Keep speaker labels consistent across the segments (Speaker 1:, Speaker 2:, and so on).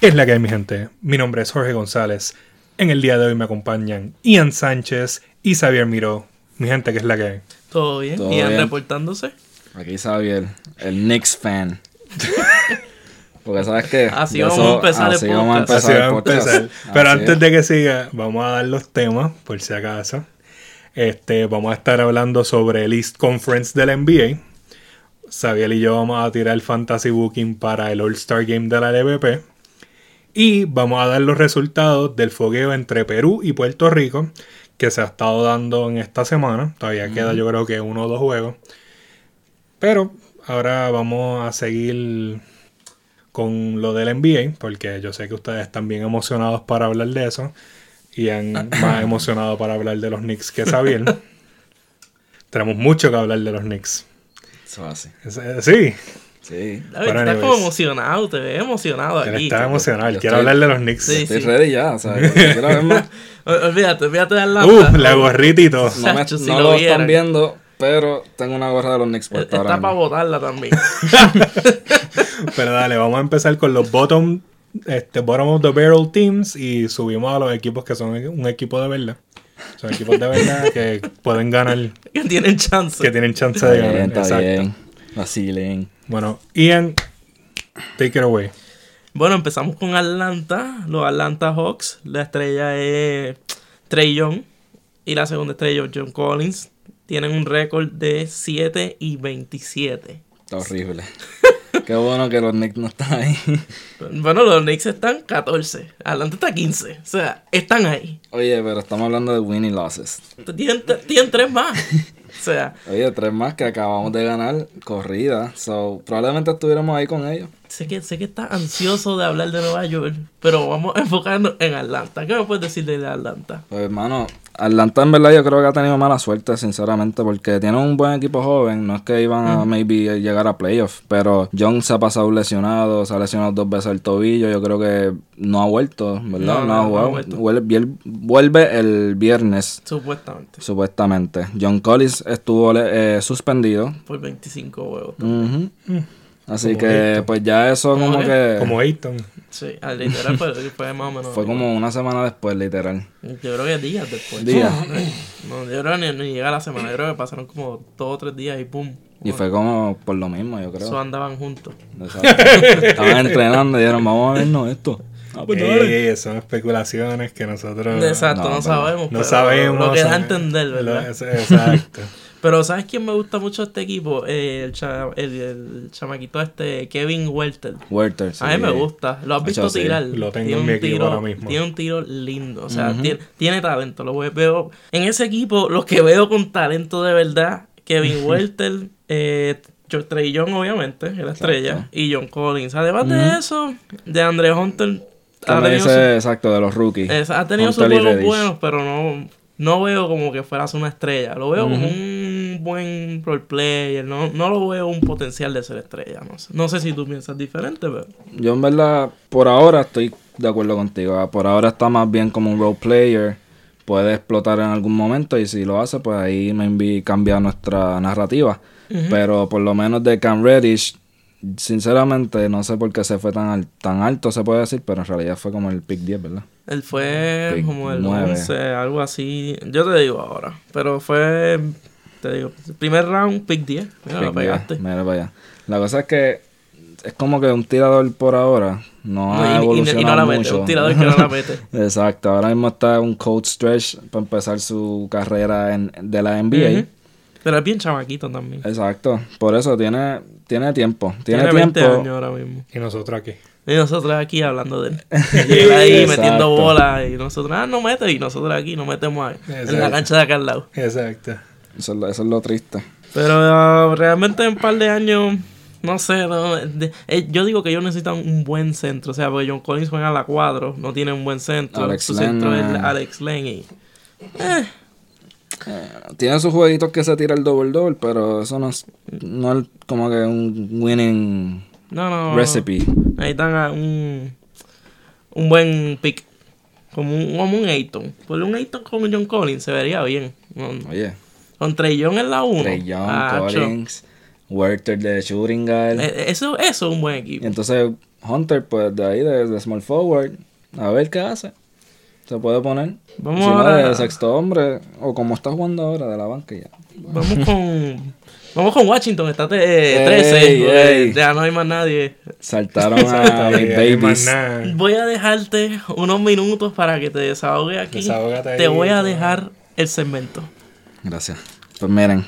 Speaker 1: Es la que hay, mi gente. Mi nombre es Jorge González. En el día de hoy me acompañan Ian Sánchez y Xavier Miró. Mi gente, que es la que hay.
Speaker 2: Todo bien.
Speaker 3: Todo
Speaker 2: y
Speaker 3: bien.
Speaker 2: reportándose.
Speaker 3: Aquí Xavier, el Knicks fan. Porque sabes que.
Speaker 2: Así vamos a empezar el podcast.
Speaker 1: Así va a empezar. Pero antes de que siga, vamos a dar los temas, por si acaso. Este, vamos a estar hablando sobre el East Conference del NBA. Xavier y yo vamos a tirar el Fantasy Booking para el All-Star Game de la LVP. Y vamos a dar los resultados del fogueo entre Perú y Puerto Rico, que se ha estado dando en esta semana. Todavía queda yo creo que uno o dos juegos. Pero ahora vamos a seguir con lo del NBA, porque yo sé que ustedes están bien emocionados para hablar de eso. Y han más emocionado para hablar de los Knicks que Xavier. Tenemos mucho que hablar de los Knicks.
Speaker 3: Eso así.
Speaker 1: Es- eh, Sí,
Speaker 3: Sí.
Speaker 2: David,
Speaker 1: Pero
Speaker 2: estás
Speaker 1: anyways.
Speaker 2: como emocionado, te ves emocionado
Speaker 1: él
Speaker 2: aquí.
Speaker 1: está emocionado. él
Speaker 3: yo
Speaker 1: Quiere
Speaker 3: estoy-
Speaker 1: hablar de los Knicks.
Speaker 2: Sí,
Speaker 3: Estoy
Speaker 2: sí.
Speaker 3: ready ya, o sea, cuando quiera verme.
Speaker 2: O- Olvídate, olvídate de Atlanta.
Speaker 1: Uf, Uh, la gorrita y todo.
Speaker 3: No, me,
Speaker 2: Chacho, si
Speaker 3: no
Speaker 2: lo
Speaker 3: lo, están
Speaker 2: vieran.
Speaker 3: viendo, pero tengo una gorra de los Knicks
Speaker 2: Eh,
Speaker 3: por
Speaker 2: Está
Speaker 3: ahora.
Speaker 2: para
Speaker 3: mismo.
Speaker 2: votarla también.
Speaker 1: Pero dale, vamos a empezar con los bottom, este, bottom of the barrel teams y subimos a los equipos que son un equipo de verdad. Son equipos de verdad que pueden ganar,
Speaker 2: que tienen chance.
Speaker 1: que tienen chance
Speaker 3: Está
Speaker 1: de
Speaker 3: bien,
Speaker 1: ganar.
Speaker 3: está
Speaker 1: Exacto.
Speaker 3: bien. Vacilen.
Speaker 1: Bueno, Ian, take it away.
Speaker 2: Bueno, empezamos con Atlanta, los Atlanta Hawks. La estrella es Trey Young y la segunda estrella John Collins. Tienen un récord de 7 y 27.
Speaker 3: Está horrible. Qué bueno que los Knicks no están ahí.
Speaker 2: Bueno, los Knicks están 14, Atlanta está 15. O sea, están ahí.
Speaker 3: Oye, pero estamos hablando de win y losses.
Speaker 2: Tienen, tienen tres más. O sea,
Speaker 3: Oye, tres más que acabamos de ganar corrida. So, probablemente estuviéramos ahí con ellos.
Speaker 2: sé que, sé que estás ansioso de hablar de Nueva York, pero vamos a enfocarnos en Atlanta. ¿Qué me puedes decir de Atlanta?
Speaker 3: Pues hermano, Atlanta en verdad yo creo que ha tenido mala suerte, sinceramente, porque tiene un buen equipo joven, no es que iban a maybe llegar a playoffs, pero John se ha pasado lesionado, se ha lesionado dos veces el tobillo, yo creo que no ha vuelto,
Speaker 2: No,
Speaker 3: ¿verdad? No,
Speaker 2: no, no
Speaker 3: ha
Speaker 2: ha
Speaker 3: jugado.
Speaker 2: vuelto.
Speaker 3: Vuelve, vier- vuelve el viernes,
Speaker 2: Supuestamente.
Speaker 3: supuestamente. John Collins estuvo le- eh, suspendido.
Speaker 2: Por 25 huevos.
Speaker 3: Ujú. Así
Speaker 1: Como
Speaker 3: que
Speaker 1: esto.
Speaker 3: pues ya eso
Speaker 2: Como
Speaker 3: como
Speaker 2: es.
Speaker 3: que
Speaker 1: Como Ayton.
Speaker 2: Sí, al literal fue, fue más o menos.
Speaker 3: fue como una semana después, literal.
Speaker 2: Yo creo que días después.
Speaker 3: Días.
Speaker 2: No, yo creo que ni, ni llega la semana. Yo creo que pasaron como dos o tres días y pum.
Speaker 3: Y fue como por lo mismo, yo creo.
Speaker 2: Eso andaban juntos.
Speaker 3: Exacto. Estaban entrenando y dijeron, vamos a vernos esto. Ah, pues
Speaker 1: Ey,
Speaker 3: dale.
Speaker 1: ey, eh, son especulaciones que nosotros
Speaker 2: Exacto, no,
Speaker 3: Eh, no,
Speaker 2: sabemos.
Speaker 1: no
Speaker 2: pero
Speaker 1: sabemos.
Speaker 2: Lo que da a
Speaker 1: son-
Speaker 2: entender,
Speaker 1: lo-
Speaker 2: ¿verdad?
Speaker 1: es- exacto.
Speaker 2: Pero ¿sabes quién me gusta mucho de este equipo? Eh, el, cha- el, el chamaquito este, Kevin Welter.
Speaker 3: Werther, sí.
Speaker 2: A mí me gusta. Lo has
Speaker 3: Hacho,
Speaker 2: visto
Speaker 3: sí.
Speaker 2: tirar.
Speaker 1: Lo tengo
Speaker 2: Tiene
Speaker 1: en
Speaker 2: un
Speaker 1: mi equipo
Speaker 2: tiro-
Speaker 1: ahora mismo.
Speaker 2: Tiene un tiro lindo. O sea, tiene, tiene talento. Lo ve- veo. En ese equipo, los que veo con talento de verdad, Kevin Welter, eh, Jo- Trey Young, obviamente, que es la estrella,
Speaker 3: Exacto.
Speaker 2: y John Collins. Además de eso, de Andre Hunter.
Speaker 3: ¿Qué me
Speaker 2: tenido
Speaker 3: dice exacto de los
Speaker 2: su-
Speaker 3: rookies?
Speaker 2: es- ha tenido sus
Speaker 3: Hunter y
Speaker 2: juegos
Speaker 3: Reddish.
Speaker 2: buenos, pero no, no veo como que fueras una estrella. Lo veo como un buen role player. No, no lo veo un potencial de ser estrella. No sé, no sé si tú piensas diferente, pero.
Speaker 3: Yo en verdad, por ahora estoy de acuerdo contigo. Ah, Por ahora está más bien como un role player. Puede explotar en algún momento y si lo hace, pues ahí maybe cambia nuestra narrativa. Pero por lo menos de Cam Reddish, sinceramente no sé por qué se fue tan, al- tan alto, se puede decir, pero en realidad fue como el pick 10, ¿verdad?
Speaker 2: Él fue
Speaker 3: Pick
Speaker 2: como el
Speaker 3: nueve.
Speaker 2: 11, algo así. Yo te digo ahora. Pero fue, te digo, primer round, pick 10. Mira, lo
Speaker 3: Pick diez,
Speaker 2: pegaste.
Speaker 3: mira para allá. La cosa es que es como que un tirador por ahora no
Speaker 2: No,
Speaker 3: ha
Speaker 2: y, y- y no
Speaker 3: evolucionado
Speaker 2: la mete,
Speaker 3: mucho.
Speaker 2: un tirador que no la mete.
Speaker 3: Exacto, ahora mismo está un coach stretch para empezar su carrera en, de la NBA.
Speaker 2: Ujú. Pero es bien chamaquito también.
Speaker 3: Exacto, por eso tiene, tiene tiempo. Tiene,
Speaker 2: Tiene 20
Speaker 3: tiempo.
Speaker 2: años ahora mismo.
Speaker 1: Y nosotros aquí.
Speaker 2: Y nosotros aquí hablando de él. Y él ahí
Speaker 3: Exacto.
Speaker 2: metiendo bolas. Y nosotros, ah, no mete. Y nosotros aquí no metemos ahí, en la
Speaker 1: Exacto.
Speaker 2: cancha de acá al lado.
Speaker 1: Exacto.
Speaker 3: Eso, es lo, eso es lo triste.
Speaker 2: Pero ah, realmente en un par de años, no sé, no, de- eh, yo digo que ellos necesitan un buen centro. O sea, porque John Collins juega a la 4, no tiene un buen centro.
Speaker 3: Alex
Speaker 2: Su
Speaker 3: Len,
Speaker 2: centro es
Speaker 3: eh.
Speaker 2: Alex Len y
Speaker 3: Tiene sus jueguitos que se tira el double double, pero eso no es, no es como que un winning
Speaker 2: No, no. no.
Speaker 3: recipe.
Speaker 2: Necesitan a un, un buen pick. Como un, como un Ayton. Por un Ayton con John Collins se vería bien. Con,
Speaker 3: Oye,
Speaker 2: con Trey Young en la 1.
Speaker 3: Trey Young, Collins. Werther de Shooting Guard.
Speaker 2: Eh, Eso, eso es un buen equipo.
Speaker 3: Entonces, Hunter, pues de ahí, de, de small forward, a ver qué hace. Se puede poner.
Speaker 2: Vamos
Speaker 3: si no,
Speaker 2: ahora-
Speaker 3: de sexto hombre, o como está jugando ahora, de la banca y ya.
Speaker 2: Vamos con. Vamos con Washington, está
Speaker 3: Ey,
Speaker 2: te- 13. eh,
Speaker 3: ey.
Speaker 2: ya no hay más nadie.
Speaker 3: Saltaron a
Speaker 1: Ahí,
Speaker 3: Ah, mis
Speaker 1: ahí más
Speaker 3: babies.
Speaker 1: nada.
Speaker 2: Voy a dejarte unos minutos para que te desahogue aquí.
Speaker 1: Desahógate ahí,
Speaker 2: te voy a
Speaker 1: cabrón.
Speaker 2: dejar el segmento.
Speaker 3: Gracias. Pues miren,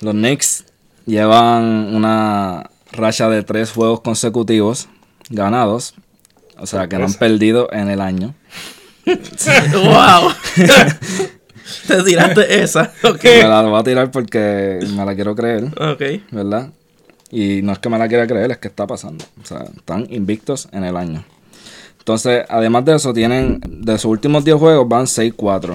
Speaker 3: los Knicks llevan una racha de tres juegos consecutivos ganados. O sea, que no han perdido en el año.
Speaker 2: ¡Wow! te tiraste esa.
Speaker 3: Me
Speaker 2: Ok.
Speaker 3: la voy a tirar porque me la quiero creer,
Speaker 2: Ok.
Speaker 3: ¿verdad? Y no es que me la quiera creer, es que está pasando. O sea, están invictos en el año. Entonces, además de eso, tienen de sus últimos 10 juegos van 6-4.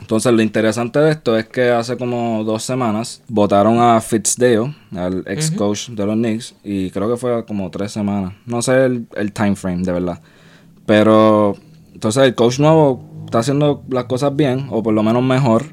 Speaker 3: Entonces, lo interesante de esto es que hace como dos semanas votaron a Fitzdale, al ex coach de los Knicks, y creo que fue como tres semanas. No sé el, el time frame, de verdad. Pero, entonces el coach nuevo está haciendo las cosas bien, o por lo menos mejor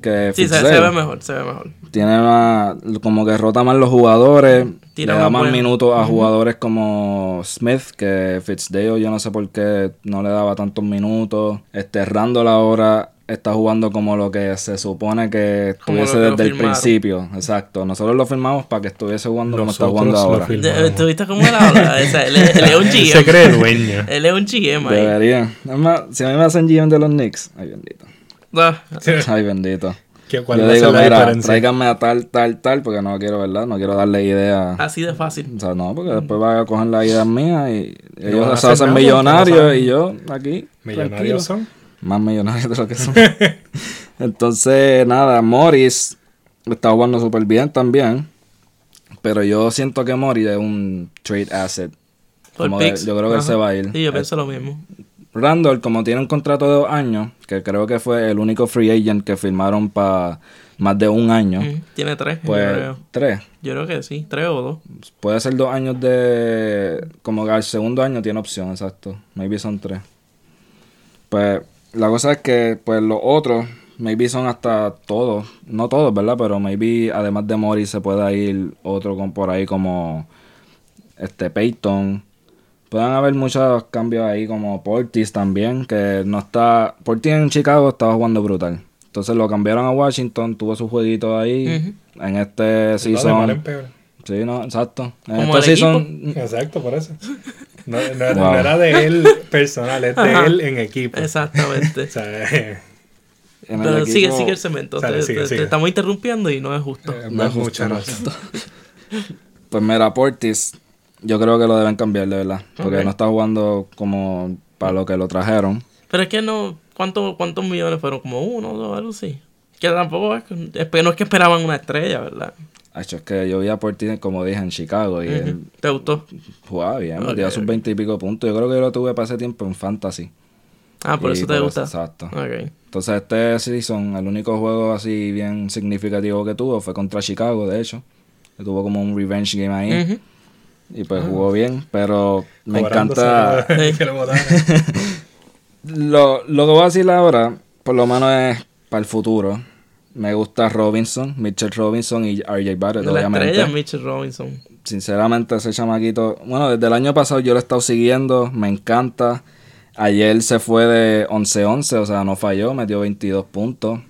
Speaker 3: que
Speaker 2: Sí, se,
Speaker 3: Fitzdale
Speaker 2: se ve mejor, se ve mejor.
Speaker 3: tiene más, como que rota más los jugadores,
Speaker 2: Tira
Speaker 3: le da
Speaker 2: más
Speaker 3: más
Speaker 2: buena.
Speaker 3: minutos a jugadores como Smith, que Fitzdale yo no sé por qué no le daba tantos minutos, este Randall ahora está jugando como lo que se supone que
Speaker 2: Como lo
Speaker 3: estuviese
Speaker 2: que lo
Speaker 3: desde el
Speaker 2: firmaron.
Speaker 3: principio, exacto, nosotros lo firmamos para que estuviese jugando como está
Speaker 1: Nosotros
Speaker 3: jugando
Speaker 1: lo
Speaker 3: ahora.
Speaker 1: firmamos.
Speaker 2: De- ¿Tuviste cómo él habla? O sea, él, es- él es un GM.
Speaker 1: Se cree dueño.
Speaker 2: Él es un GM ahí.
Speaker 3: Debería. Es más, si a mí me hacen GM de los Knicks, ay bendito.
Speaker 2: No,
Speaker 3: Ay bendito.
Speaker 1: ¿Qué- ¿Cuál
Speaker 3: Yo
Speaker 1: va a
Speaker 3: digo,
Speaker 1: ser la
Speaker 3: mira,
Speaker 1: diferencia?
Speaker 3: tráiganme a tal, tal, tal, porque no quiero, ¿verdad? No quiero darle idea
Speaker 2: así de fácil.
Speaker 3: O sea, no, porque después van a coger la idea mía y ellos
Speaker 1: van a
Speaker 3: se
Speaker 1: hacer
Speaker 3: hacen
Speaker 1: nada, porque no
Speaker 3: millonarios
Speaker 1: saben.
Speaker 3: y yo aquí.
Speaker 1: Millonarios
Speaker 3: tranquilo.
Speaker 1: son.
Speaker 3: Más millonarios de lo que son. Entonces, nada, Morris está jugando súper bien también. Pero yo siento que Morris es un trade asset.
Speaker 2: Por
Speaker 3: Como de-
Speaker 2: picks.
Speaker 3: yo creo que él
Speaker 2: Ajá.
Speaker 3: se va a ir. Eh.
Speaker 2: Sí, yo pienso lo mismo.
Speaker 3: Randall, como tiene un contrato de dos años, que creo que fue el único free agent que firmaron para más de un año,
Speaker 2: Mm, Tiene tres, yo
Speaker 3: pues
Speaker 2: creo.
Speaker 3: tres.
Speaker 2: Yo creo que sí, tres o dos.
Speaker 3: Puede ser dos años de. Como que al segundo año tiene opción, exacto. Maybe son tres. Pues la cosa es que, pues los otros, maybe son hasta todos. No todos, ¿verdad? Pero maybe además de Mori se pueda ir otro con, por ahí como. Este Peyton. Pueden haber muchos cambios ahí, como Portis también, que no está. Portis en Chicago estaba jugando brutal. Entonces lo cambiaron a Washington, tuvo su jueguito ahí. En este
Speaker 1: No, de mal en
Speaker 3: season.
Speaker 1: peor.
Speaker 3: Sí, no, exacto. En
Speaker 2: Como
Speaker 3: esta
Speaker 2: el
Speaker 3: season,
Speaker 1: Exacto, por eso. No, no era-
Speaker 3: Wow.
Speaker 1: no era de él personal, es de él en equipo.
Speaker 2: Exactamente.
Speaker 1: O sea, eh,
Speaker 3: en el
Speaker 2: Pero
Speaker 3: equipo-
Speaker 2: sigue, sigue el cemento.
Speaker 1: Sale,
Speaker 2: te,
Speaker 1: sigue,
Speaker 2: te- te
Speaker 1: sigue.
Speaker 2: estamos interrumpiendo y no es justo.
Speaker 1: no es
Speaker 3: justo,
Speaker 1: mucha
Speaker 3: no es
Speaker 1: razón.
Speaker 3: Pues mira, Portis, yo creo que lo deben cambiar de verdad. Porque
Speaker 2: Ok.
Speaker 3: no está jugando como para lo que lo trajeron.
Speaker 2: Pero es que no. ¿cuánto, ¿Cuántos millones fueron? Como uno, dos, algo así. Que tampoco es. que- espe- No es que esperaban una estrella, ¿verdad?
Speaker 3: Hacho, es que yo vi a Portis, como dije, en Chicago y él
Speaker 2: ¿Te gustó?
Speaker 3: jugaba bien,
Speaker 2: Ok,
Speaker 3: metía sus
Speaker 2: ok.
Speaker 3: 20 y pico puntos. Yo creo que yo lo tuve para ese tiempo en Fantasy.
Speaker 2: Ah, por
Speaker 3: Y
Speaker 2: eso te gusta.
Speaker 3: Exacto.
Speaker 2: Ok.
Speaker 3: Entonces, este season, el único juego así bien significativo que tuvo fue contra Chicago, de hecho. Que tuvo como un revenge game ahí.
Speaker 2: Ujú. Ah.
Speaker 3: Y pues jugó bien, pero me
Speaker 1: Cobrándose
Speaker 3: encanta.
Speaker 1: lo- que lo votaron.
Speaker 3: Lo, lo que voy a decir ahora, por lo menos es para el futuro. Me gusta Robinson, Mitchell Robinson y RJ Barrett,
Speaker 2: De la estrella,
Speaker 3: obviamente.
Speaker 2: Mitchell Robinson.
Speaker 3: Sinceramente, ese chamaquito, bueno, desde el año pasado yo lo he estado siguiendo, me encanta. Ayer se fue de 11-11, o sea, no falló, metió 22 puntos.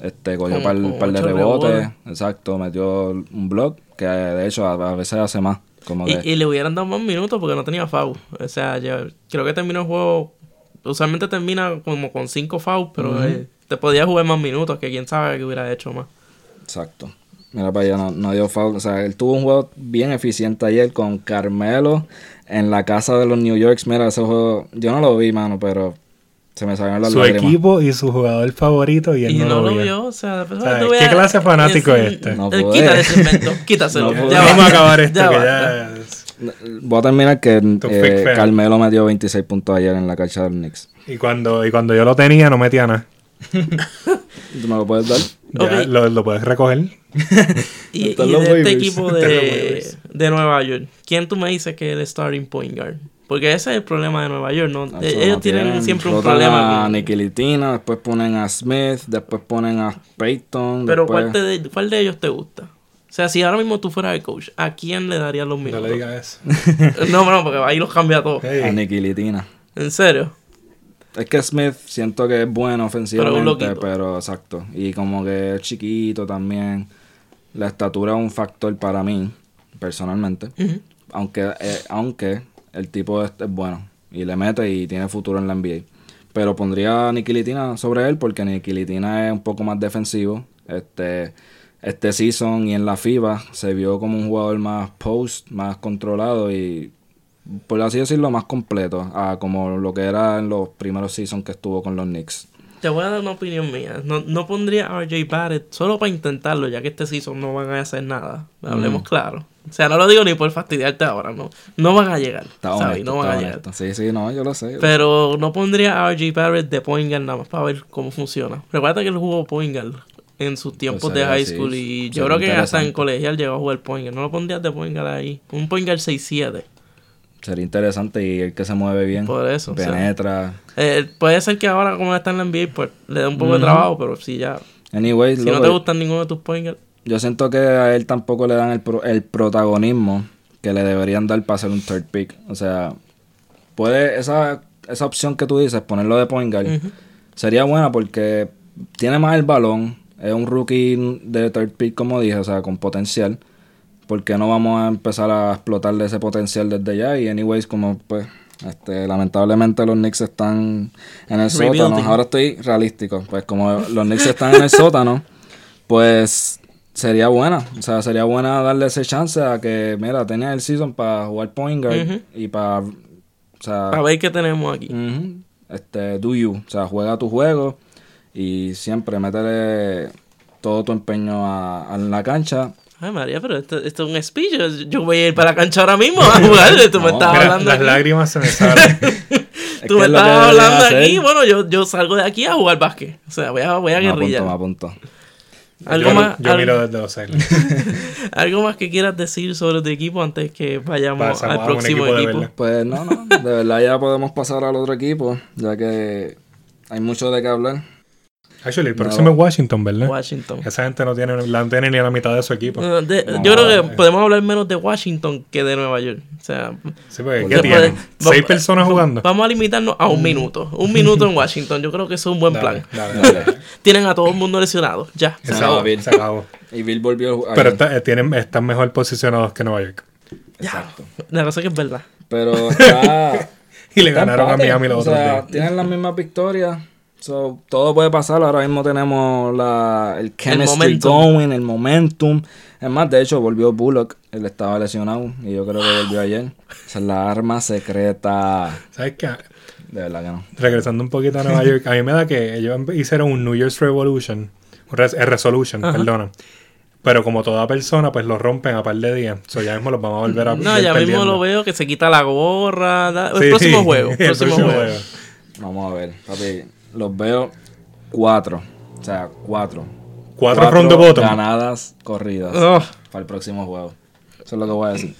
Speaker 3: Este, cogió
Speaker 2: Como-
Speaker 3: par,
Speaker 2: como
Speaker 3: par de
Speaker 2: ocho
Speaker 3: rebotes,
Speaker 2: rebotes.
Speaker 3: exacto, metió un block, que de hecho a, a veces hace más. Como
Speaker 2: Y,
Speaker 3: que,
Speaker 2: y le hubieran dado más minutos porque no tenía foul. O sea, ya- creo que terminó el juego. Usualmente termina como con cinco fouls, pero eh, te podía jugar más minutos, que quién sabe que hubiera hecho más.
Speaker 3: Exacto. Mira para allá, no, no dio foul. O sea, él tuvo un juego bien eficiente ayer con Carmelo en la casa de los New Yorks. Mira, ese juego, yo no lo vi, mano, pero se me salieron las
Speaker 1: su
Speaker 3: lágrimas.
Speaker 1: equipo y su jugador favorito y él
Speaker 2: Y
Speaker 1: no, lo vio.
Speaker 2: o sea, pues,
Speaker 1: ¿Sabes?
Speaker 2: tú
Speaker 1: ¿Qué
Speaker 2: veas-
Speaker 1: clase de fanático
Speaker 2: es-
Speaker 1: es este?
Speaker 3: No
Speaker 2: eh,
Speaker 3: puede.
Speaker 2: quítale ese invento, quítaselo.
Speaker 3: No puede.
Speaker 2: ya
Speaker 1: Vamos
Speaker 2: basta,
Speaker 1: a acabar esto,
Speaker 2: ya
Speaker 1: que
Speaker 2: basta.
Speaker 1: ya es-
Speaker 3: Voy a terminar que
Speaker 1: Tu
Speaker 3: eh,
Speaker 1: pick fail.
Speaker 3: Carmelo metió 26 puntos ayer en la cancha del Knicks.
Speaker 1: Y cuando, y cuando yo lo tenía, no metía nada.
Speaker 3: ¿Tú me lo puedes dar?
Speaker 1: Ya
Speaker 2: Ok.
Speaker 1: lo, lo puedes recoger.
Speaker 2: Y,
Speaker 3: Están
Speaker 2: y
Speaker 3: los
Speaker 2: de este
Speaker 3: waivers.
Speaker 2: equipo de, de Nueva York, ¿quién tú me dices que es el starting point guard? Porque ese es el problema de Nueva York, ¿no?
Speaker 3: Nacho,
Speaker 2: Eh,
Speaker 3: Ah, no
Speaker 2: Ellos tienen,
Speaker 3: tienen.
Speaker 2: siempre un
Speaker 3: Rotan
Speaker 2: problema.
Speaker 3: A
Speaker 2: con-
Speaker 3: Nikilitina, después ponen a Smith, después ponen a Peyton.
Speaker 2: Pero
Speaker 3: después-
Speaker 2: ¿cuál, te de, ¿cuál de ellos te gusta? O sea, si ahora mismo tú fueras el coach, ¿a quién le darías los
Speaker 1: No
Speaker 2: minutos?
Speaker 1: le digas eso.
Speaker 2: No, no, porque ahí los cambia todo.
Speaker 1: Hey,
Speaker 3: A Nicky Litina.
Speaker 2: ¿En serio?
Speaker 3: Es que Smith siento que es bueno ofensivamente,
Speaker 2: loquito.
Speaker 3: pero, exacto. Y como que es chiquito también. La estatura es un factor para mí, personalmente. Aunque eh, aunque el tipo es, es bueno y le mete y tiene futuro en la NBA. Pero pondría a Nicky Litina sobre él porque Nicky Litina es un poco más defensivo. Este, este season y en la FIBA se vio como un jugador más post, más controlado y por así decirlo, más completo a como lo que era en los primeros seasons que estuvo con los Knicks.
Speaker 2: Te voy a dar una opinión mía. No, no pondría a RJ Barrett solo para intentarlo, ya que este season no van a hacer nada.
Speaker 3: Mm.
Speaker 2: Hablemos claro. O sea, no lo digo ni por fastidiarte ahora, no. No van a llegar.
Speaker 3: Está
Speaker 2: ¿sabes?
Speaker 3: honesto,
Speaker 2: no van
Speaker 3: está
Speaker 2: a llegar.
Speaker 3: honesto. Sí, sí, no, yo lo sé.
Speaker 2: Pero no pondría a RJ Barrett de point guard nada más para ver cómo funciona. Recuerda que él jugó point guard en sus tiempos
Speaker 3: sería
Speaker 2: de high
Speaker 3: Pues así,
Speaker 2: school y
Speaker 3: sería
Speaker 2: yo creo que hasta en
Speaker 3: interesante.
Speaker 2: colegial llegó a jugar point guard. No lo pondrías de point guard ahí. Un point guard 6-7.
Speaker 3: Sería interesante y el que se mueve bien.
Speaker 2: Por eso, o sea.
Speaker 3: Penetra.
Speaker 2: Eh, puede ser que ahora, como está en la NBA, pues le dé un poco de trabajo, pero si ya.
Speaker 3: Anyways,
Speaker 2: Si
Speaker 3: loco,
Speaker 2: no te gustan ninguno de tus point guard,
Speaker 3: yo siento que a él tampoco le dan el, pro- el protagonismo que le deberían dar para hacer un third pick. O sea, puede esa, esa opción que tú dices, ponerlo de point guard, sería buena porque tiene más el balón, es un rookie de third pick, como dije, o sea, con potencial. ¿Por qué no vamos a empezar a explotar ese potencial desde ya? Y anyways, como pues, este, lamentablemente los Knicks están en el
Speaker 2: Rebuilding.
Speaker 3: sótano. Ahora estoy realístico. Pues como los Knicks están en el sótano, pues sería buena. O sea, sería buena darle ese chance a que, mira, tenía el season para jugar point guard y para, o sea,
Speaker 2: a ver qué tenemos aquí.
Speaker 3: Ujú. Este, do you. O sea, juega tu juego y siempre métele todo tu empeño a, a la cancha.
Speaker 2: Ay, María, pero esto, esto es un speech. Yo, yo voy a ir para la cancha ahora mismo a jugar. Tú me
Speaker 3: No,
Speaker 2: estás
Speaker 1: mira,
Speaker 2: hablando.
Speaker 1: las
Speaker 2: aquí.
Speaker 1: lágrimas se me salen.
Speaker 3: Es
Speaker 2: Tú
Speaker 3: que
Speaker 2: me
Speaker 3: es lo
Speaker 2: estás
Speaker 3: que deberían
Speaker 2: hablando
Speaker 3: hacer.
Speaker 2: aquí. Bueno, yo, yo salgo de aquí a jugar básquet. O sea, voy a, voy a
Speaker 3: Me apunto,
Speaker 2: guerrillar.
Speaker 3: me apunto.
Speaker 2: Algo
Speaker 1: yo,
Speaker 2: más.
Speaker 1: yo
Speaker 2: al-
Speaker 1: miro desde los aires.
Speaker 2: ¿Algo más que quieras decir sobre tu equipo antes que vayamos
Speaker 1: Pasamos a
Speaker 2: al
Speaker 1: un
Speaker 2: próximo
Speaker 1: equipo de
Speaker 2: equipo?
Speaker 1: verdad.
Speaker 3: Pues no, no. De verdad ya podemos pasar al otro equipo, ya que hay mucho de qué hablar.
Speaker 1: Actually, el próximo es Washington, ¿verdad?
Speaker 2: Washington.
Speaker 1: Esa gente no tiene, la, no tiene ni la mitad de su equipo.
Speaker 2: Eh, de- yo creo que podemos hablar menos de Washington que de Nueva York. O sea,
Speaker 1: Sí, porque,
Speaker 2: Se
Speaker 1: ¿qué tienen?
Speaker 2: puede-
Speaker 1: ¿Seis
Speaker 2: va-
Speaker 1: personas jugando?
Speaker 2: vamos a limitarnos a un minuto. Un minuto en Washington. Yo creo que eso es un buen plan.
Speaker 1: Mm. Dale, dale, dale.
Speaker 2: Tienen a todo el mundo lesionado. Ya.
Speaker 1: Se
Speaker 3: acabó,
Speaker 1: acabó,
Speaker 3: Bill.
Speaker 1: se acabó.
Speaker 3: Y Bill volvió a jugar.
Speaker 1: Pero está- eh, tienen, están mejor posicionados que Nueva York.
Speaker 3: Exacto.
Speaker 2: La cosa es que es verdad.
Speaker 3: Pero está...
Speaker 1: Y le
Speaker 3: Está
Speaker 1: ganaron a
Speaker 3: empate.
Speaker 1: Miami los
Speaker 3: o
Speaker 1: otros
Speaker 3: sea,
Speaker 1: días.
Speaker 3: tienen las mismas victorias. So, todo puede pasar. Ahora mismo tenemos la, el chemistry
Speaker 2: momentum.
Speaker 3: going, el momentum. Es más, de hecho, volvió Bullock. Él estaba lesionado y yo creo que volvió ayer. Esa es la arma secreta.
Speaker 1: ¿Sabes qué?
Speaker 3: De verdad que no.
Speaker 1: Regresando un poquito a Nueva York, a mí me da que ellos em, hicieron un New Year's Revolution, un res- eh, Resolution, perdona. Pero como toda persona, pues lo rompen a par de días. So, ya mismo los vamos a volver a
Speaker 2: Mm, No,
Speaker 1: ver
Speaker 2: ya mismo
Speaker 1: perdiendo.
Speaker 2: lo veo que se quita la gorra. da-
Speaker 1: Sí,
Speaker 2: el próximo
Speaker 1: sí,
Speaker 2: juego.
Speaker 1: el
Speaker 2: próximo juego.
Speaker 3: Vamos a ver, papi. Los veo cuatro. O sea, cuatro.
Speaker 1: Cuatro from the bottom.
Speaker 3: ganadas corridas
Speaker 2: Ugh.
Speaker 3: para el próximo juego. Eso es lo que voy a decir.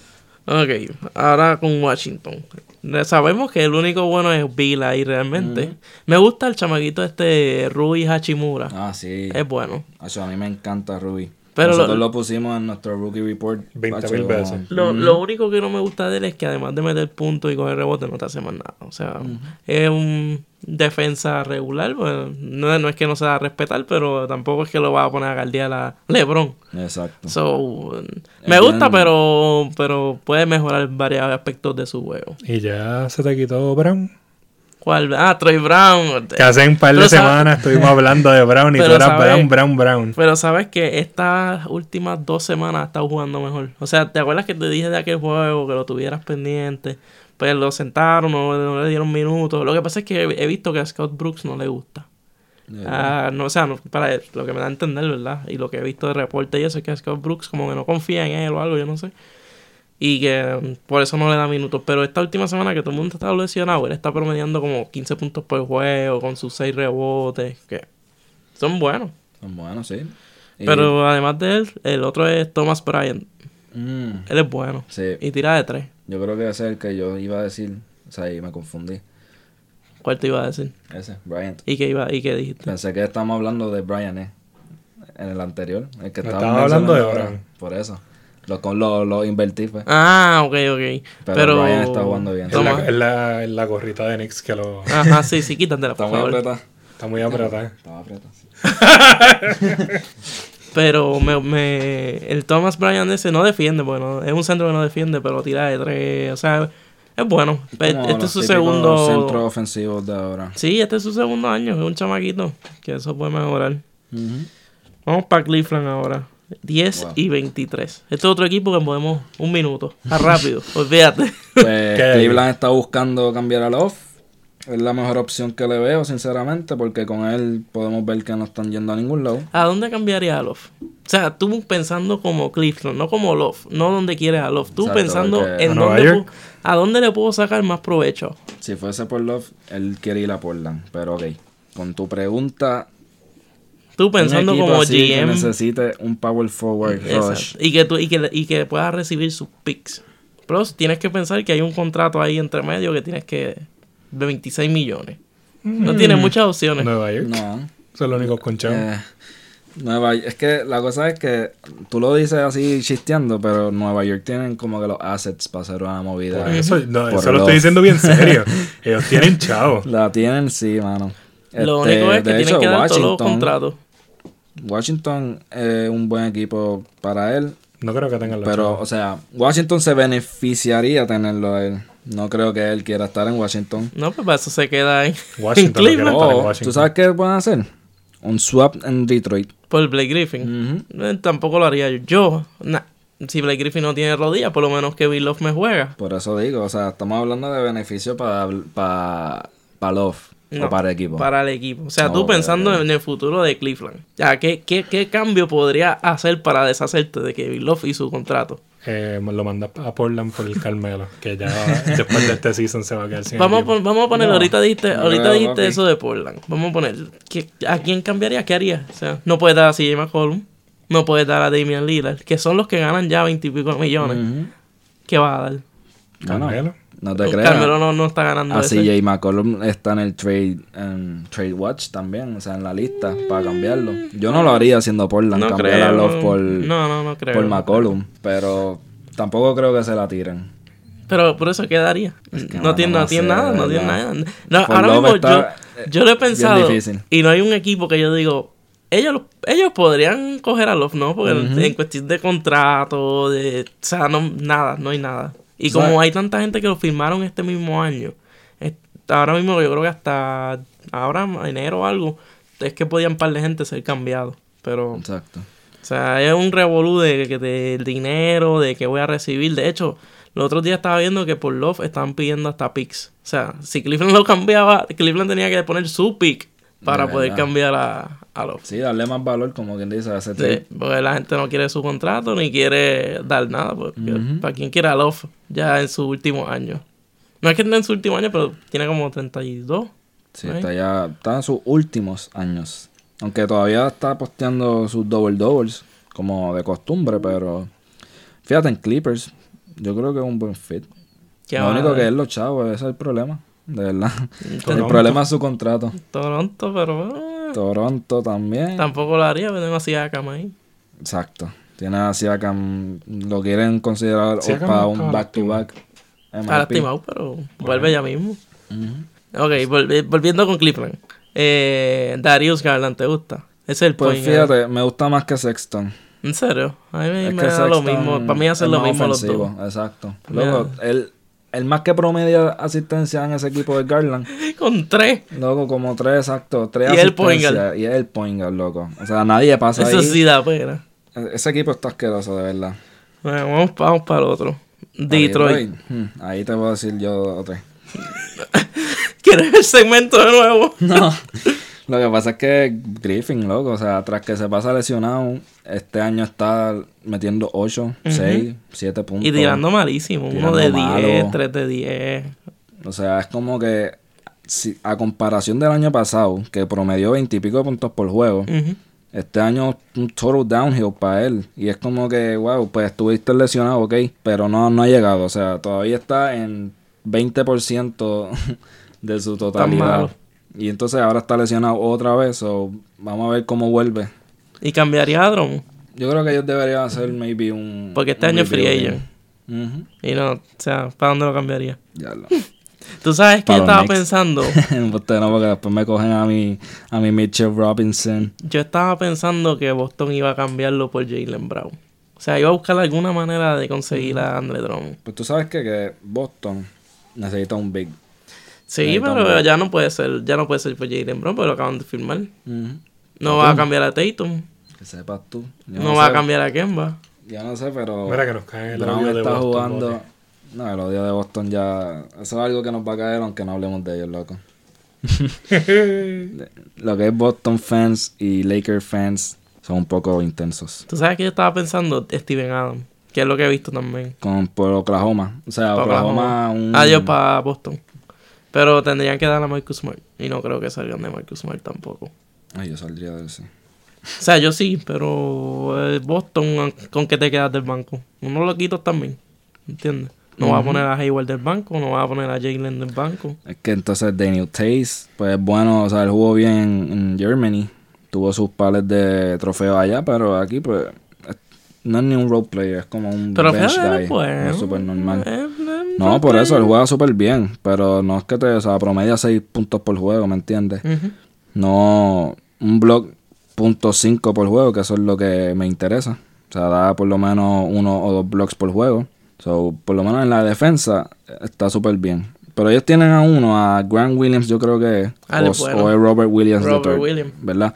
Speaker 2: Ok, ahora con Washington. Ya Sabemos que el único bueno es Bill ahí realmente. Me gusta el chamaguito este Rui Hachimura.
Speaker 3: Ah, sí.
Speaker 2: Es bueno.
Speaker 3: Acho, a mí me encanta Ruby.
Speaker 2: Eh. Pero lo-
Speaker 3: Nosotros lo, pusimos en nuestro rookie report.
Speaker 1: 20.000
Speaker 3: acho,
Speaker 1: veces.
Speaker 3: como-
Speaker 2: Lo, lo único que no me gusta de él es que además de meter puntos y coger rebote no te hace más nada. O sea, es un defensa regular. Bueno, no, no es que no se va a respetar, pero tampoco es que lo va a poner a guardiar a Lebron.
Speaker 3: Exacto.
Speaker 2: So, me gusta, pero, pero puede mejorar varios aspectos de su juego.
Speaker 1: Y ya se te quitó Brown.
Speaker 2: ¿Cuál? Ah, Troy Brown.
Speaker 1: Que hace un par de
Speaker 2: Pero sabe-
Speaker 1: semanas estuvimos hablando de Brown y tú
Speaker 2: Pero
Speaker 1: eras
Speaker 2: sabe-
Speaker 1: Brown, Brown, Brown.
Speaker 2: Pero sabes que estas últimas dos semanas ha estado jugando mejor. O sea, ¿te acuerdas que te dije de aquel juego que lo tuvieras pendiente? Pues lo sentaron, no, no le dieron minutos. Lo que pasa es que he visto que a Scott Brooks no le gusta.
Speaker 3: Eh,
Speaker 2: Ah, no, o sea, no, para lo que me da a entender, ¿verdad? Y lo que he visto de reporte y eso es que Scott Brooks como que no confía en él o algo, yo no sé. Y que mm, por eso no le da minutos. Pero esta última semana que todo el mundo está lesionado, él está promediando como 15 puntos por juego, con sus 6 rebotes, que son buenos.
Speaker 3: Son buenos, pues sí. Y-
Speaker 2: Pero además de él, el otro es Thomas Bryant.
Speaker 3: Mm,
Speaker 2: Él es bueno.
Speaker 3: sí,
Speaker 2: eh, Y tira de tres.
Speaker 3: yo creo que ese es el que yo iba a decir. O sea, y me confundí.
Speaker 2: ¿Cuál te iba a decir?
Speaker 3: Ese, Bryant.
Speaker 2: ¿Y qué, iba, y qué dijiste?
Speaker 3: Pensé que estábamos hablando de Bryant, ¿eh? en el anterior. El que
Speaker 1: No
Speaker 3: estaba
Speaker 1: estaba hablando de Oran.
Speaker 3: Por eso. Lo, con, lo, lo invertí, pues.
Speaker 2: Ah, ok, ok.
Speaker 3: Pero
Speaker 2: Pero.
Speaker 3: Brian está jugando bien.
Speaker 1: Es
Speaker 2: Toma.
Speaker 1: la, es la- es la gorrita de Nix que lo
Speaker 2: Ajá, sí, sí, quítatela,
Speaker 3: Está
Speaker 2: por
Speaker 3: muy
Speaker 2: favor.
Speaker 3: apretada.
Speaker 1: está muy apretada.
Speaker 3: Está muy apretada, sí.
Speaker 2: Pero me, me- el Thomas Bryan ese no defiende, bueno, es un centro que no defiende, pero tira de tres, o sea, es bueno. Pe-
Speaker 3: Como
Speaker 2: Este
Speaker 3: los
Speaker 2: es su
Speaker 3: típicos
Speaker 2: segundo...
Speaker 3: centros ofensivos de ahora.
Speaker 2: Sí, este es su segundo año, es un chamaquito, que eso puede mejorar. Vamos para Cleveland ahora. 10
Speaker 3: Wow.
Speaker 2: y 23. Este es otro equipo que podemos un minuto. A rápido, olvídate.
Speaker 3: Pues
Speaker 1: ¿Qué hay?
Speaker 3: Cleveland está buscando cambiar al off. Es la mejor opción que le veo, sinceramente, porque con él podemos ver que no están yendo a ningún lado.
Speaker 2: ¿A dónde cambiaría a Love? O sea, tú pensando como Cleveland, no como Love, no donde quieres a Love. Tú
Speaker 3: Exacto,
Speaker 2: pensando
Speaker 3: porque-
Speaker 1: ¿A
Speaker 2: en
Speaker 1: Nueva
Speaker 2: dónde
Speaker 1: York?
Speaker 2: pu- a dónde le puedo sacar más provecho.
Speaker 3: Si fuese por Love, él quiere ir a Portland, pero ok. Con tu pregunta,
Speaker 2: Tú
Speaker 3: un
Speaker 2: pensando
Speaker 3: equipo
Speaker 2: como
Speaker 3: así que
Speaker 2: GM.
Speaker 3: necesite un power forward rush.
Speaker 2: Exacto. Y que, tú, y, que, y que puedas recibir sus picks. Pero tienes que pensar que hay un contrato ahí entre medio que tienes que. de 26 millones. No tienes
Speaker 1: Mm.
Speaker 2: muchas opciones.
Speaker 1: Nueva York.
Speaker 3: No.
Speaker 1: Son los únicos conchados.
Speaker 3: eh, Nueva York, es que la cosa es que tú lo dices así chisteando, pero Nueva York tienen como que los assets para hacer una movida.
Speaker 1: Por Ah, eso, no,
Speaker 3: por
Speaker 1: eso lo
Speaker 3: los-
Speaker 1: estoy diciendo bien serio. Ellos tienen chavos.
Speaker 3: La tienen, sí, mano.
Speaker 2: Lo
Speaker 3: Este,
Speaker 2: único es que
Speaker 3: de
Speaker 2: tienes
Speaker 3: hecho,
Speaker 2: que dar todos los
Speaker 3: Washington-
Speaker 2: contratos.
Speaker 3: Washington es un buen equipo para él,
Speaker 1: No creo que tengan los
Speaker 3: pero, o sea, Washington se beneficiaría tenerlo a él. No creo que él quiera estar en Washington.
Speaker 2: No, pues para eso se queda en, en
Speaker 1: Washington, lo que
Speaker 2: Cleveland.
Speaker 1: era. estar en
Speaker 3: O,
Speaker 1: Washington.
Speaker 3: ¿tú sabes qué pueden hacer? Un swap en Detroit.
Speaker 2: Por Blake Griffin.
Speaker 3: Ujú.
Speaker 2: Eh, Tampoco lo haría yo. Yo, nah, si Blake Griffin no tiene rodillas, por lo menos que Bill Love me juega.
Speaker 3: Por eso digo, o sea, estamos hablando de beneficio para para Love
Speaker 2: No,
Speaker 3: o para el equipo.
Speaker 2: Para el equipo. O sea,
Speaker 3: No, eh,
Speaker 2: tú
Speaker 3: pero-
Speaker 2: pensando en el futuro de Cleveland. Ya, ¿qué, qué, qué cambio podría hacer para deshacerte de que Bill Love y su contrato?
Speaker 1: Eh, lo manda a Portland por el Carmelo, que ya después de este season se va a quedar sin
Speaker 2: Vamos a,
Speaker 1: equipo.
Speaker 2: pon- vamos a poner,
Speaker 3: No,
Speaker 2: ahorita dijiste,
Speaker 3: no
Speaker 2: ahorita
Speaker 3: creo,
Speaker 2: dijiste
Speaker 3: papi.
Speaker 2: eso de Portland. Vamos a poner, ¿qué- ¿a quién cambiaría? ¿Qué haría? O sea, no puedes dar a CJ McCollum, no puedes dar a Damian Lillard, que son los que ganan ya veintipico millones.
Speaker 3: Ujú.
Speaker 2: ¿Qué vas a dar?
Speaker 3: Bueno,
Speaker 1: Carmelo.
Speaker 3: no te creas.
Speaker 2: Carmelo no, no está ganando
Speaker 3: Así
Speaker 2: ese.
Speaker 3: Jay McCollum está en el trade, en trade watch también, o sea, en la lista para cambiarlo. Yo no lo haría haciendo Portland,
Speaker 2: No
Speaker 3: cambiar a
Speaker 2: creo.
Speaker 3: Love por,
Speaker 2: no, no, no creo.
Speaker 3: por McCollum, pero tampoco creo que se la tiren.
Speaker 2: Pero por eso quedaría.
Speaker 3: que
Speaker 2: no,
Speaker 3: mano,
Speaker 2: tiene,
Speaker 3: no
Speaker 2: no tiene
Speaker 3: sé,
Speaker 2: nada, no
Speaker 3: ¿verdad?
Speaker 2: tiene nada. No,
Speaker 3: Por
Speaker 2: ahora
Speaker 3: Love
Speaker 2: mismo yo,
Speaker 3: está, eh,
Speaker 2: yo lo he pensado
Speaker 3: difícil.
Speaker 2: y no hay un equipo que yo digo, ellos, lo- ellos podrían coger a Love, ¿no? Porque en cuestión de contrato, de, o sea, no, nada, no hay nada. Y
Speaker 3: O sea,
Speaker 2: como hay tanta gente que lo firmaron este mismo año, es- ahora mismo yo creo que hasta ahora, enero o algo, es que podían un par de gente ser cambiados. Pero
Speaker 3: Exacto.
Speaker 2: o sea, es un revolú de, que- del dinero, de que voy a recibir. De hecho, los otros días estaba viendo que por Love estaban pidiendo hasta picks. O sea, si Cleveland lo cambiaba, Cleveland tenía que poner su pick para
Speaker 3: De
Speaker 2: poder
Speaker 3: verdad.
Speaker 2: cambiar a, a Love.
Speaker 3: Sí, darle más valor, como quien dice, a ese
Speaker 2: Sí,
Speaker 3: trade.
Speaker 2: porque la gente no quiere su contrato ni quiere dar nada. Porque ¿Para quién quiere a Love ya en su último año? No es que esté en su último año, pero tiene como 32.
Speaker 3: Sí,
Speaker 2: Right.
Speaker 3: está ya, está en sus últimos años. Aunque todavía está posteando sus double doubles, como de costumbre, pero fíjate en Clippers, yo creo que es un buen fit.
Speaker 2: Que
Speaker 3: lo
Speaker 2: va- eh.
Speaker 3: único que es los chavos, ese es el problema, de verdad.
Speaker 1: Toronto.
Speaker 3: El problema es su contrato.
Speaker 2: Mm. Toronto, pero eh,
Speaker 3: Toronto también.
Speaker 2: tampoco lo haría, pero demasiada cama ahí.
Speaker 3: Exacto. Tiene a Siakam, lo quieren considerar o
Speaker 1: Siakam
Speaker 3: para
Speaker 1: está
Speaker 3: un back-to-back.
Speaker 2: Está
Speaker 3: MIP.
Speaker 2: lastimado, pero vuelve ya mismo. Ok, volvi- volviendo con Cleveland. Eh, Darius Garland, ¿te gusta? Ese es el
Speaker 3: Pues
Speaker 2: point eh. guard.
Speaker 3: fíjate, me gusta más que Sexton.
Speaker 2: En serio, a mí me,
Speaker 3: Es
Speaker 2: me
Speaker 3: que
Speaker 2: da lo
Speaker 3: Sexton
Speaker 2: mismo. Para mí
Speaker 3: es
Speaker 2: hacen lo
Speaker 3: más
Speaker 2: mismo
Speaker 3: ofensivo,
Speaker 2: los
Speaker 3: Exacto.
Speaker 2: Mira.
Speaker 3: Luego, el, el más que promedia asistencia en ese equipo de Garland.
Speaker 2: dos. Con tres.
Speaker 3: Luego, como tres, exacto. Tres
Speaker 2: Y el point
Speaker 3: asistencias, Y el point guard, loco. O sea, nadie pasa
Speaker 2: Eso
Speaker 3: ahí.
Speaker 2: sí da pena.
Speaker 3: E- Ese equipo está asqueroso, de verdad.
Speaker 2: Bueno, vamos, vamos para el otro. Detroit.
Speaker 3: Hmm, ahí te puedo decir yo otro.
Speaker 2: ¿Quieres el segmento de nuevo?
Speaker 3: No. Lo que pasa es que Griffin, loco, o sea, tras que se pasa lesionado, este año está metiendo 8, 6, 7 puntos.
Speaker 2: Y tirando malísimo. Uno
Speaker 3: Tirando
Speaker 2: de
Speaker 3: malo.
Speaker 2: 10, 3 de 10.
Speaker 3: O sea, es como que si, a comparación del año pasado, que promedió 20 y pico de puntos por juego,
Speaker 2: Ujú.
Speaker 3: este año un total downhill para él. Y es como que, wow, pues estuviste lesionado, ok, pero no, no ha llegado. O sea, todavía está en 20% de su
Speaker 2: malo.
Speaker 3: totalidad. Y entonces ahora está lesionado otra vez, so vamos a ver cómo vuelve.
Speaker 2: Y cambiaría a Drummond.
Speaker 3: Yo creo que ellos deberían hacer maybe un.
Speaker 2: Porque este
Speaker 3: un
Speaker 2: año es free
Speaker 3: review
Speaker 2: agent.
Speaker 3: de- Ujú.
Speaker 2: Y no, o sea, ¿para dónde lo cambiaría?
Speaker 3: Ya lo.
Speaker 2: Tú sabes que
Speaker 3: Para
Speaker 2: yo
Speaker 3: los
Speaker 2: estaba
Speaker 3: Knicks.
Speaker 2: pensando.
Speaker 3: Usted Pues no, porque después me cogen a mi, a mi Mitchell Robinson.
Speaker 2: Yo estaba pensando que Boston iba a cambiarlo por Jalen Brown. O sea, iba a buscar alguna manera de conseguir a Andre Drummond.
Speaker 3: Pues tú sabes que, que Boston necesita un big.
Speaker 2: Sí, pero ya no puede ser, ya no puede ser por Jalen Brown, pero lo acaban de firmar. No va a cambiar a Tatum,
Speaker 3: Que sepas tú. Yo
Speaker 2: no, va
Speaker 3: sé,
Speaker 2: a cambiar a Kemba.
Speaker 3: Yo no sé, pero.
Speaker 1: Mira que nos cae el
Speaker 3: Brown
Speaker 1: audio de
Speaker 3: está
Speaker 1: Boston.
Speaker 3: jugando.
Speaker 1: Bobby.
Speaker 3: No, el odio de Boston ya. Eso es algo que nos va a caer, aunque no hablemos de ellos, loco. Lo que es Boston fans y Lakers fans son un poco intensos.
Speaker 2: Tú sabes que yo estaba pensando Steven Adams, que es lo que he visto también.
Speaker 3: Con, por Oklahoma. O sea,
Speaker 2: Para
Speaker 3: Oklahoma, un.
Speaker 2: Adiós para Boston. Pero tendrían que dar a Marcus Smart. Y no creo que salgan de Marcus Smart tampoco.
Speaker 3: Ay, yo saldría de ese.
Speaker 2: O sea, yo sí, pero eh, Boston, ¿con qué te quedas del banco? Unos loquitos también, ¿entiendes? No vas a poner a Hayward del banco, no vas a poner a Jalen del banco.
Speaker 3: Es que entonces Daniel Tays, pues bueno, o sea, él jugó bien en, en Germany. Tuvo sus pales de trofeo allá, pero aquí pues es- no es ni un role player, es como un
Speaker 2: Pero
Speaker 3: bench
Speaker 2: fíjate,
Speaker 3: guy.
Speaker 2: pues.
Speaker 3: Es súper normal.
Speaker 2: eh, eh,
Speaker 3: No, por eso, él juega súper bien, pero no es que te, o sea, promedia 6 puntos por juego, ¿me entiendes?
Speaker 2: Ujú.
Speaker 3: No, un block punto cinco por juego, que eso es lo que me interesa. O sea, da por lo menos uno o dos blocks por juego. So, por lo menos en la defensa eh, está súper bien. Pero ellos tienen a uno, a Grant Williams, yo creo que es,
Speaker 2: Ah, él
Speaker 3: o,
Speaker 2: es bueno.
Speaker 3: o es Robert Williams
Speaker 2: Robert
Speaker 3: III,
Speaker 2: Williams.
Speaker 3: ¿verdad?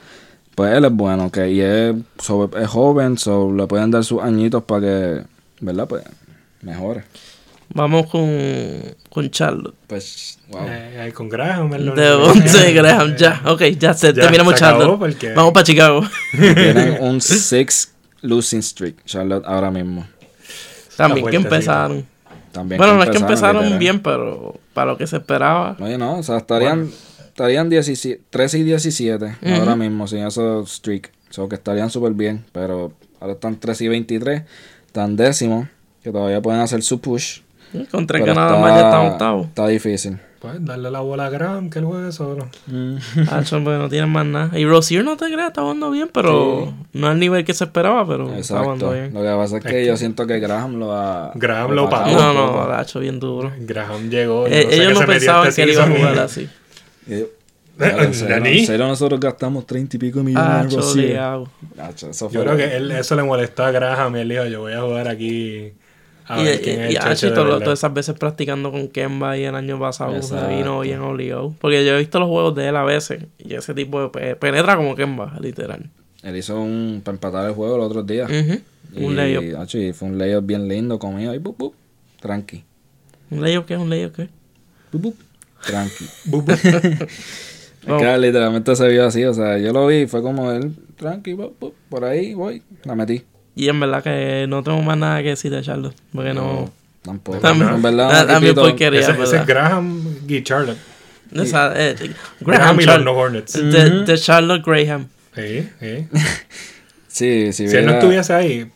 Speaker 3: Pues él es bueno, que y es, so- es joven, so le pueden dar sus añitos para que, ¿verdad? Pues mejore.
Speaker 2: Vamos con, con Charlotte.
Speaker 3: Pues, wow.
Speaker 1: Eh, eh, con Graham, es lo Eh,
Speaker 2: De
Speaker 1: único que-
Speaker 2: Devontae Graham, ya. Ok, ya se,
Speaker 1: Ya,
Speaker 2: terminamos
Speaker 1: se acabó
Speaker 2: Charlotte.
Speaker 1: porque-
Speaker 2: Vamos para Chicago.
Speaker 3: tienen un six losing streak, Charlotte, ahora mismo.
Speaker 2: también que
Speaker 1: vueltecita.
Speaker 2: empezaron.
Speaker 3: También
Speaker 2: bueno, no es que empezaron
Speaker 3: literal.
Speaker 2: bien, pero para lo que se esperaba.
Speaker 3: Oye, no, o sea, estarían, estarían 17 13 y 17 ahora mismo sin esos streak. O sea, que estarían súper bien, pero ahora están 13 y 23, están décimos, que todavía pueden hacer su push.
Speaker 2: Con tres
Speaker 3: pero
Speaker 2: ganadas
Speaker 3: está-
Speaker 2: más ya están octavos.
Speaker 3: Está difícil.
Speaker 1: Pues darle la bola a Graham, que él juegue solo.
Speaker 2: Ah, hombre, no tienen más nada. Y Rozier no te creas, está jugando bien, pero no al nivel que se esperaba, pero está jugando
Speaker 3: Exacto.
Speaker 2: bien.
Speaker 3: Lo que pasa es que yo siento que Graham lo va
Speaker 1: Graham lo pagó.
Speaker 2: No, no, la ha hecho bien duro.
Speaker 1: Graham llegó.
Speaker 2: Eh, ellos no pensaban
Speaker 1: este
Speaker 2: que él iba a jugar
Speaker 1: así.
Speaker 2: así.
Speaker 3: Eh, claro, en, serio,
Speaker 1: ¿Nani?
Speaker 3: en serio nosotros gastamos 30 y pico
Speaker 2: Ah,
Speaker 3: millones en Rozier.
Speaker 2: choleado.
Speaker 3: Nacho, eso
Speaker 1: Yo
Speaker 3: fue-
Speaker 1: creo que él, eso le molestó a Graham y él dijo, yo voy a jugar aquí a
Speaker 2: Y, eh,
Speaker 1: ver quién es
Speaker 2: y,
Speaker 1: el
Speaker 2: y
Speaker 1: chacho
Speaker 2: Acho,
Speaker 1: de
Speaker 2: todo lo-
Speaker 1: verdad".
Speaker 2: todas esas veces practicando con Kemba y el año pasado se
Speaker 3: Exacto.
Speaker 2: vino bien obligado. Porque yo he visto los juegos de él a veces y ese tipo de pe- eh, penetra como Kemba, literal.
Speaker 3: Él hizo un para empatar el juego los otros días.
Speaker 2: Ujú.
Speaker 3: Y,
Speaker 2: Mm, Un layup.
Speaker 3: acho, y fue un layup bien lindo conmigo. Y bup, bup, tranqui.
Speaker 2: ¿Un layup qué? ¿Un layup qué?
Speaker 3: Bup, bup, tranqui.
Speaker 1: Bu- bu-
Speaker 2: Vamos.
Speaker 3: Es que literalmente se vio así. O sea, yo lo vi y fue como él, tranqui, bup, bup, por ahí voy. La metí.
Speaker 2: Y en verdad que no tengo más nada que decir de Charlotte. Porque no.
Speaker 3: Tampoco.
Speaker 2: Oh. También-
Speaker 3: en verdad,
Speaker 2: Ah,
Speaker 3: un
Speaker 2: también
Speaker 3: equipito-
Speaker 2: porquería.
Speaker 1: ese, ese
Speaker 2: ¿verdad?
Speaker 1: es Graham y Charlotte.
Speaker 2: esa- eh, Graham,
Speaker 1: Graham, y los
Speaker 2: Charlotte.
Speaker 1: No Hornets.
Speaker 2: De, de Charlotte Graham.
Speaker 1: Sí, sí.
Speaker 3: Sí, si,
Speaker 1: Si él no
Speaker 3: viera-
Speaker 1: estuviese ahí,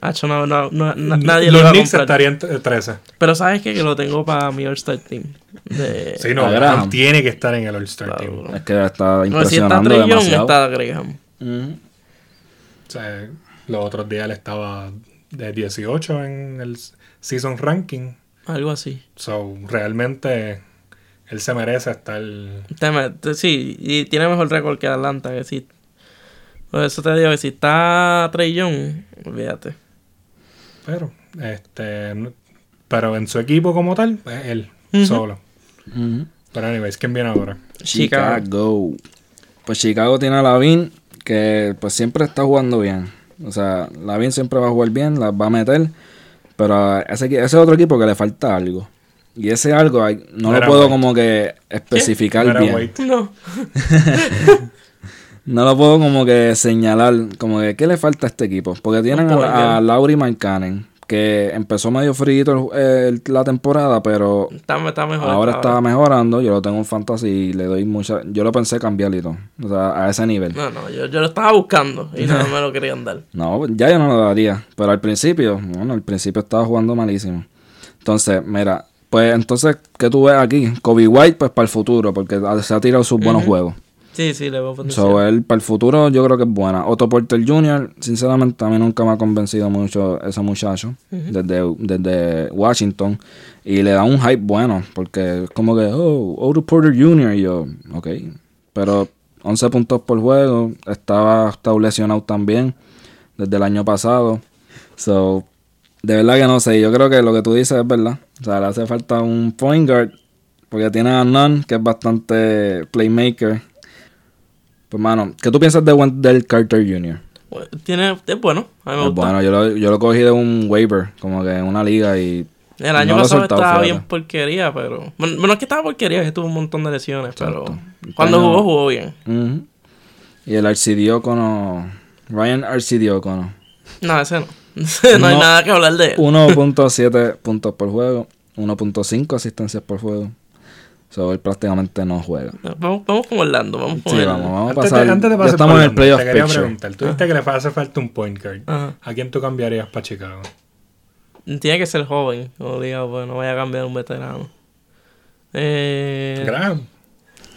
Speaker 2: Acho, no, no, no- na- nadie lo
Speaker 1: los
Speaker 2: va a
Speaker 1: Knicks
Speaker 2: comprar.
Speaker 1: estarían t- 13.
Speaker 2: Pero sabes qué? que lo tengo para mi All-Star Team. De...
Speaker 1: Sí, no,
Speaker 3: a
Speaker 1: Graham.
Speaker 3: Graham.
Speaker 1: tiene que estar en el All-Star
Speaker 2: Claro,
Speaker 1: Team.
Speaker 2: bro.
Speaker 3: Es que está
Speaker 2: No, si está
Speaker 3: impresionando
Speaker 2: Trey Young,
Speaker 3: demasiado.
Speaker 2: está Graham.
Speaker 3: Ujú.
Speaker 1: O sea, los otros días él estaba de 18 en el season ranking.
Speaker 2: Algo así.
Speaker 1: So, realmente él se merece estar...
Speaker 2: Te me- te- sí, y tiene mejor récord que Atlanta, que sí. Por eso te digo que si está Trey Young, olvídate.
Speaker 1: Pero, este... no- Pero en su equipo como tal, es él, solo.
Speaker 3: Ujú.
Speaker 1: Pero anyways, ¿quién viene ahora?
Speaker 2: Chicago.
Speaker 3: Chicago. Pues Chicago tiene a Lavin, que pues siempre está jugando bien. O sea, Lavin siempre va a jugar bien, la va a meter. Pero a ese, equi- ese es otro equipo que le falta algo. Y ese algo hay- no
Speaker 1: Vera
Speaker 3: lo puedo
Speaker 1: White.
Speaker 3: como que especificar
Speaker 1: Vera
Speaker 3: bien.
Speaker 1: White.
Speaker 2: No.
Speaker 3: No lo puedo como que señalar, como que qué le falta a este equipo. Porque tienen a, a Lauri Markkanen, que empezó medio frío la temporada, pero
Speaker 2: Está, está mejor.
Speaker 3: ahora
Speaker 2: está
Speaker 3: está mejorando. Yo lo tengo en fantasy y le doy mucha... Yo lo pensé cambiar y todo. O sea, a ese nivel.
Speaker 2: No, no, yo, yo lo estaba buscando y no me lo querían dar.
Speaker 3: No, pues ya yo no lo daría. Pero al principio, bueno, al principio estaba jugando malísimo. Entonces, mira, pues entonces, ¿qué tú ves aquí? Kobe White, pues para el futuro, porque ha- se ha tirado sus buenos juegos.
Speaker 2: Sí, sí, le veo potencial.
Speaker 3: So, él para el futuro yo creo que es buena. Otto Porter Jr., sinceramente, a mí nunca me ha convencido mucho ese muchacho desde, desde Washington. Y le da un hype bueno, porque es como que, oh, Otto Porter Jr. Y yo, ok. Pero 11 puntos por juego, estaba, estaba lesionado también desde el año pasado. So, de verdad que no sé. Yo creo que lo que tú dices es verdad. O sea, le hace falta un point guard, porque tiene a Nan, que es bastante playmaker. Pues, mano, ¿qué tú piensas de Wendell Carter Jr.?
Speaker 2: Bueno, Tiene, es bueno, a mí me
Speaker 3: Es
Speaker 2: gusta.
Speaker 3: bueno, yo lo, yo lo cogí de un waiver, como que en una liga y.
Speaker 2: El año
Speaker 3: no lo he
Speaker 2: pasado
Speaker 3: soltado,
Speaker 2: estaba
Speaker 3: fíjate.
Speaker 2: bien porquería, pero. Bueno, bueno, es que estaba porquería, que tuvo un montón de lesiones,
Speaker 3: Exacto.
Speaker 2: pero. Cuando
Speaker 3: Tenía-
Speaker 2: jugó, jugó bien.
Speaker 3: Ujú. Y el arcidiócono. Ryan Arcidiócono.
Speaker 2: No, ese no. no, hay
Speaker 3: No.
Speaker 2: nada que hablar de él.
Speaker 3: 1.7 puntos por juego, 1.5 asistencias por juego. So, él prácticamente no juega.
Speaker 2: Vamos, vamos con Orlando, vamos con
Speaker 3: Sí,
Speaker 2: el-
Speaker 3: vamos, vamos a
Speaker 1: Antes,
Speaker 3: pasar.
Speaker 1: de, antes de
Speaker 3: ya
Speaker 1: pasar
Speaker 3: estamos
Speaker 1: por
Speaker 3: en el
Speaker 1: Orlando,
Speaker 3: playoff
Speaker 1: Te quería
Speaker 3: picture.
Speaker 1: preguntar. Tú
Speaker 2: Ah.
Speaker 1: dijiste que le hace falta un point guard.
Speaker 2: Ajá.
Speaker 1: ¿A quién tú cambiarías para Chicago?
Speaker 2: Tiene que ser joven, obligado, porque no voy a cambiar un veterano. Eh.
Speaker 1: Graham.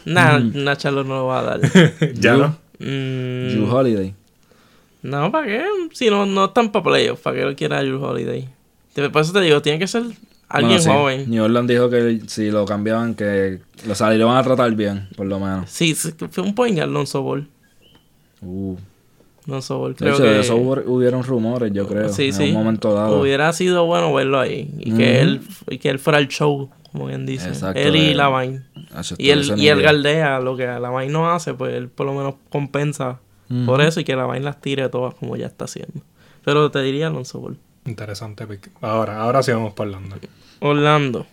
Speaker 2: Nah,
Speaker 3: Mm.
Speaker 2: nah, Charlo no lo va a dar.
Speaker 1: ya no.
Speaker 2: Mm,
Speaker 3: Drew Holiday.
Speaker 2: no, ¿para qué? Si no, no están para playoffs, ¿para qué lo quiera Jules Holiday? Te- Por eso te digo, tiene que ser alguien
Speaker 3: Bueno, sí,
Speaker 2: joven.
Speaker 3: New Orleans dijo que si lo cambiaban, que lo salieron a tratar bien, por lo menos.
Speaker 2: Sí, sí, fue un point guard, Lonzo Ball.
Speaker 3: Uh.
Speaker 2: Lonzo Ball,
Speaker 3: De
Speaker 2: creo
Speaker 3: hecho,
Speaker 2: que...
Speaker 3: de eso hubo- hubieron rumores, yo creo.
Speaker 2: Sí,
Speaker 3: en
Speaker 2: sí.
Speaker 3: un momento dado.
Speaker 2: Hubiera sido bueno verlo ahí. Y, que él, y que él fuera el show, como bien dice.
Speaker 3: Exacto,
Speaker 2: él y
Speaker 3: eh,
Speaker 2: Lavine.
Speaker 3: Ah, yo
Speaker 2: Y
Speaker 3: estoy
Speaker 2: él,
Speaker 3: ese
Speaker 2: y él
Speaker 3: nivel.
Speaker 2: galdea lo que Lavine no hace, pues él por lo menos compensa
Speaker 3: Mm.
Speaker 2: por e- eso y que Lavine las tire todas como ya está haciendo. Pero te diría Alonso Ball.
Speaker 1: Interesante pick. Ahora, ahora sí vamos para Orlando.
Speaker 2: Orlando.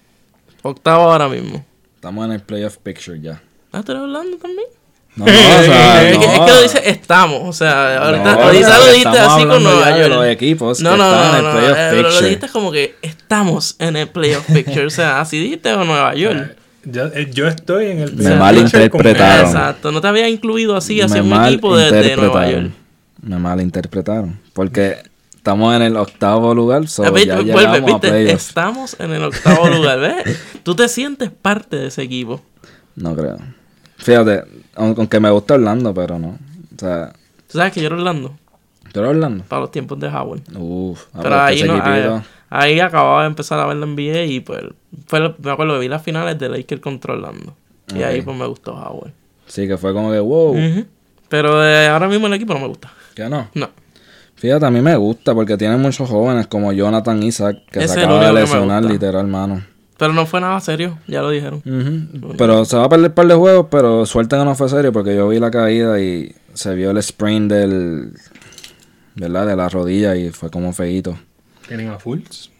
Speaker 2: Octavo ahora mismo.
Speaker 3: Estamos en el playoff picture ya.
Speaker 2: Ah, ¿tú eres Orlando también?
Speaker 3: No, no, o sea,
Speaker 2: es, que, es que lo
Speaker 3: no.
Speaker 2: dice estamos. O sea, ahorita,
Speaker 3: No,
Speaker 2: ahorita
Speaker 3: pero
Speaker 2: lo
Speaker 3: que
Speaker 2: dijiste
Speaker 3: estamos
Speaker 2: así con
Speaker 3: hablando
Speaker 2: Nueva
Speaker 3: ya de
Speaker 2: York.
Speaker 3: los equipos
Speaker 2: no,
Speaker 3: que
Speaker 2: no,
Speaker 3: están en el
Speaker 2: no, no,
Speaker 3: playoff
Speaker 2: eh, pero lo
Speaker 3: picture.
Speaker 2: dijiste como que estamos en el playoff picture. o sea, así dijiste o Nueva York.
Speaker 1: Yo, eh, yo estoy en el.
Speaker 3: Me
Speaker 1: playoff
Speaker 3: malinterpretaron.
Speaker 1: picture
Speaker 2: Exacto, no te había incluido así hacia
Speaker 3: me
Speaker 2: un equipo de, de Nueva York.
Speaker 3: malinterpretaron. Me malinterpretaron. Porque estamos en el octavo lugar, so
Speaker 2: Ah, ¿ves?
Speaker 3: ya
Speaker 2: Vuelve,
Speaker 3: llegamos a
Speaker 2: ¿viste?
Speaker 3: playoffs.
Speaker 2: Estamos en el octavo lugar, ¿ves? Tú te sientes parte de ese equipo.
Speaker 3: No creo. Fíjate, aun- aunque me gusta Orlando, pero no. O sea,
Speaker 2: Tú sabes que yo era Orlando
Speaker 3: ¿tú eres Orlando?
Speaker 2: para los tiempos de Howard.
Speaker 3: Uf, ah,
Speaker 2: Pero
Speaker 3: este
Speaker 2: ahí, no,
Speaker 3: equipito.
Speaker 2: ahí, ahí acababa de empezar a ver la NBA y pues fue lo- me acuerdo que vi las finales de Lakers contra Orlando. Y ahí pues me gustó Howard.
Speaker 3: Sí, que fue como que, wow,
Speaker 2: Ujú. Pero eh, ahora mismo el equipo no me gusta.
Speaker 3: que no.
Speaker 2: No.
Speaker 3: Fíjate, a mí me gusta porque tiene muchos jóvenes como Jonathan Isaac, que
Speaker 2: Ese es
Speaker 3: se
Speaker 2: el
Speaker 3: acaba de
Speaker 2: único que me
Speaker 3: lesionar,
Speaker 2: gusta.
Speaker 3: literal, mano.
Speaker 2: Pero no fue nada serio, ya lo dijeron.
Speaker 3: Mm. Ujú. Pero se va a perder un par de juegos, pero suerte que no fue serio, porque yo vi la caída y se vio el sprain del. ¿Verdad? De la rodilla y fue como feíto.
Speaker 1: Tienen a Fultz.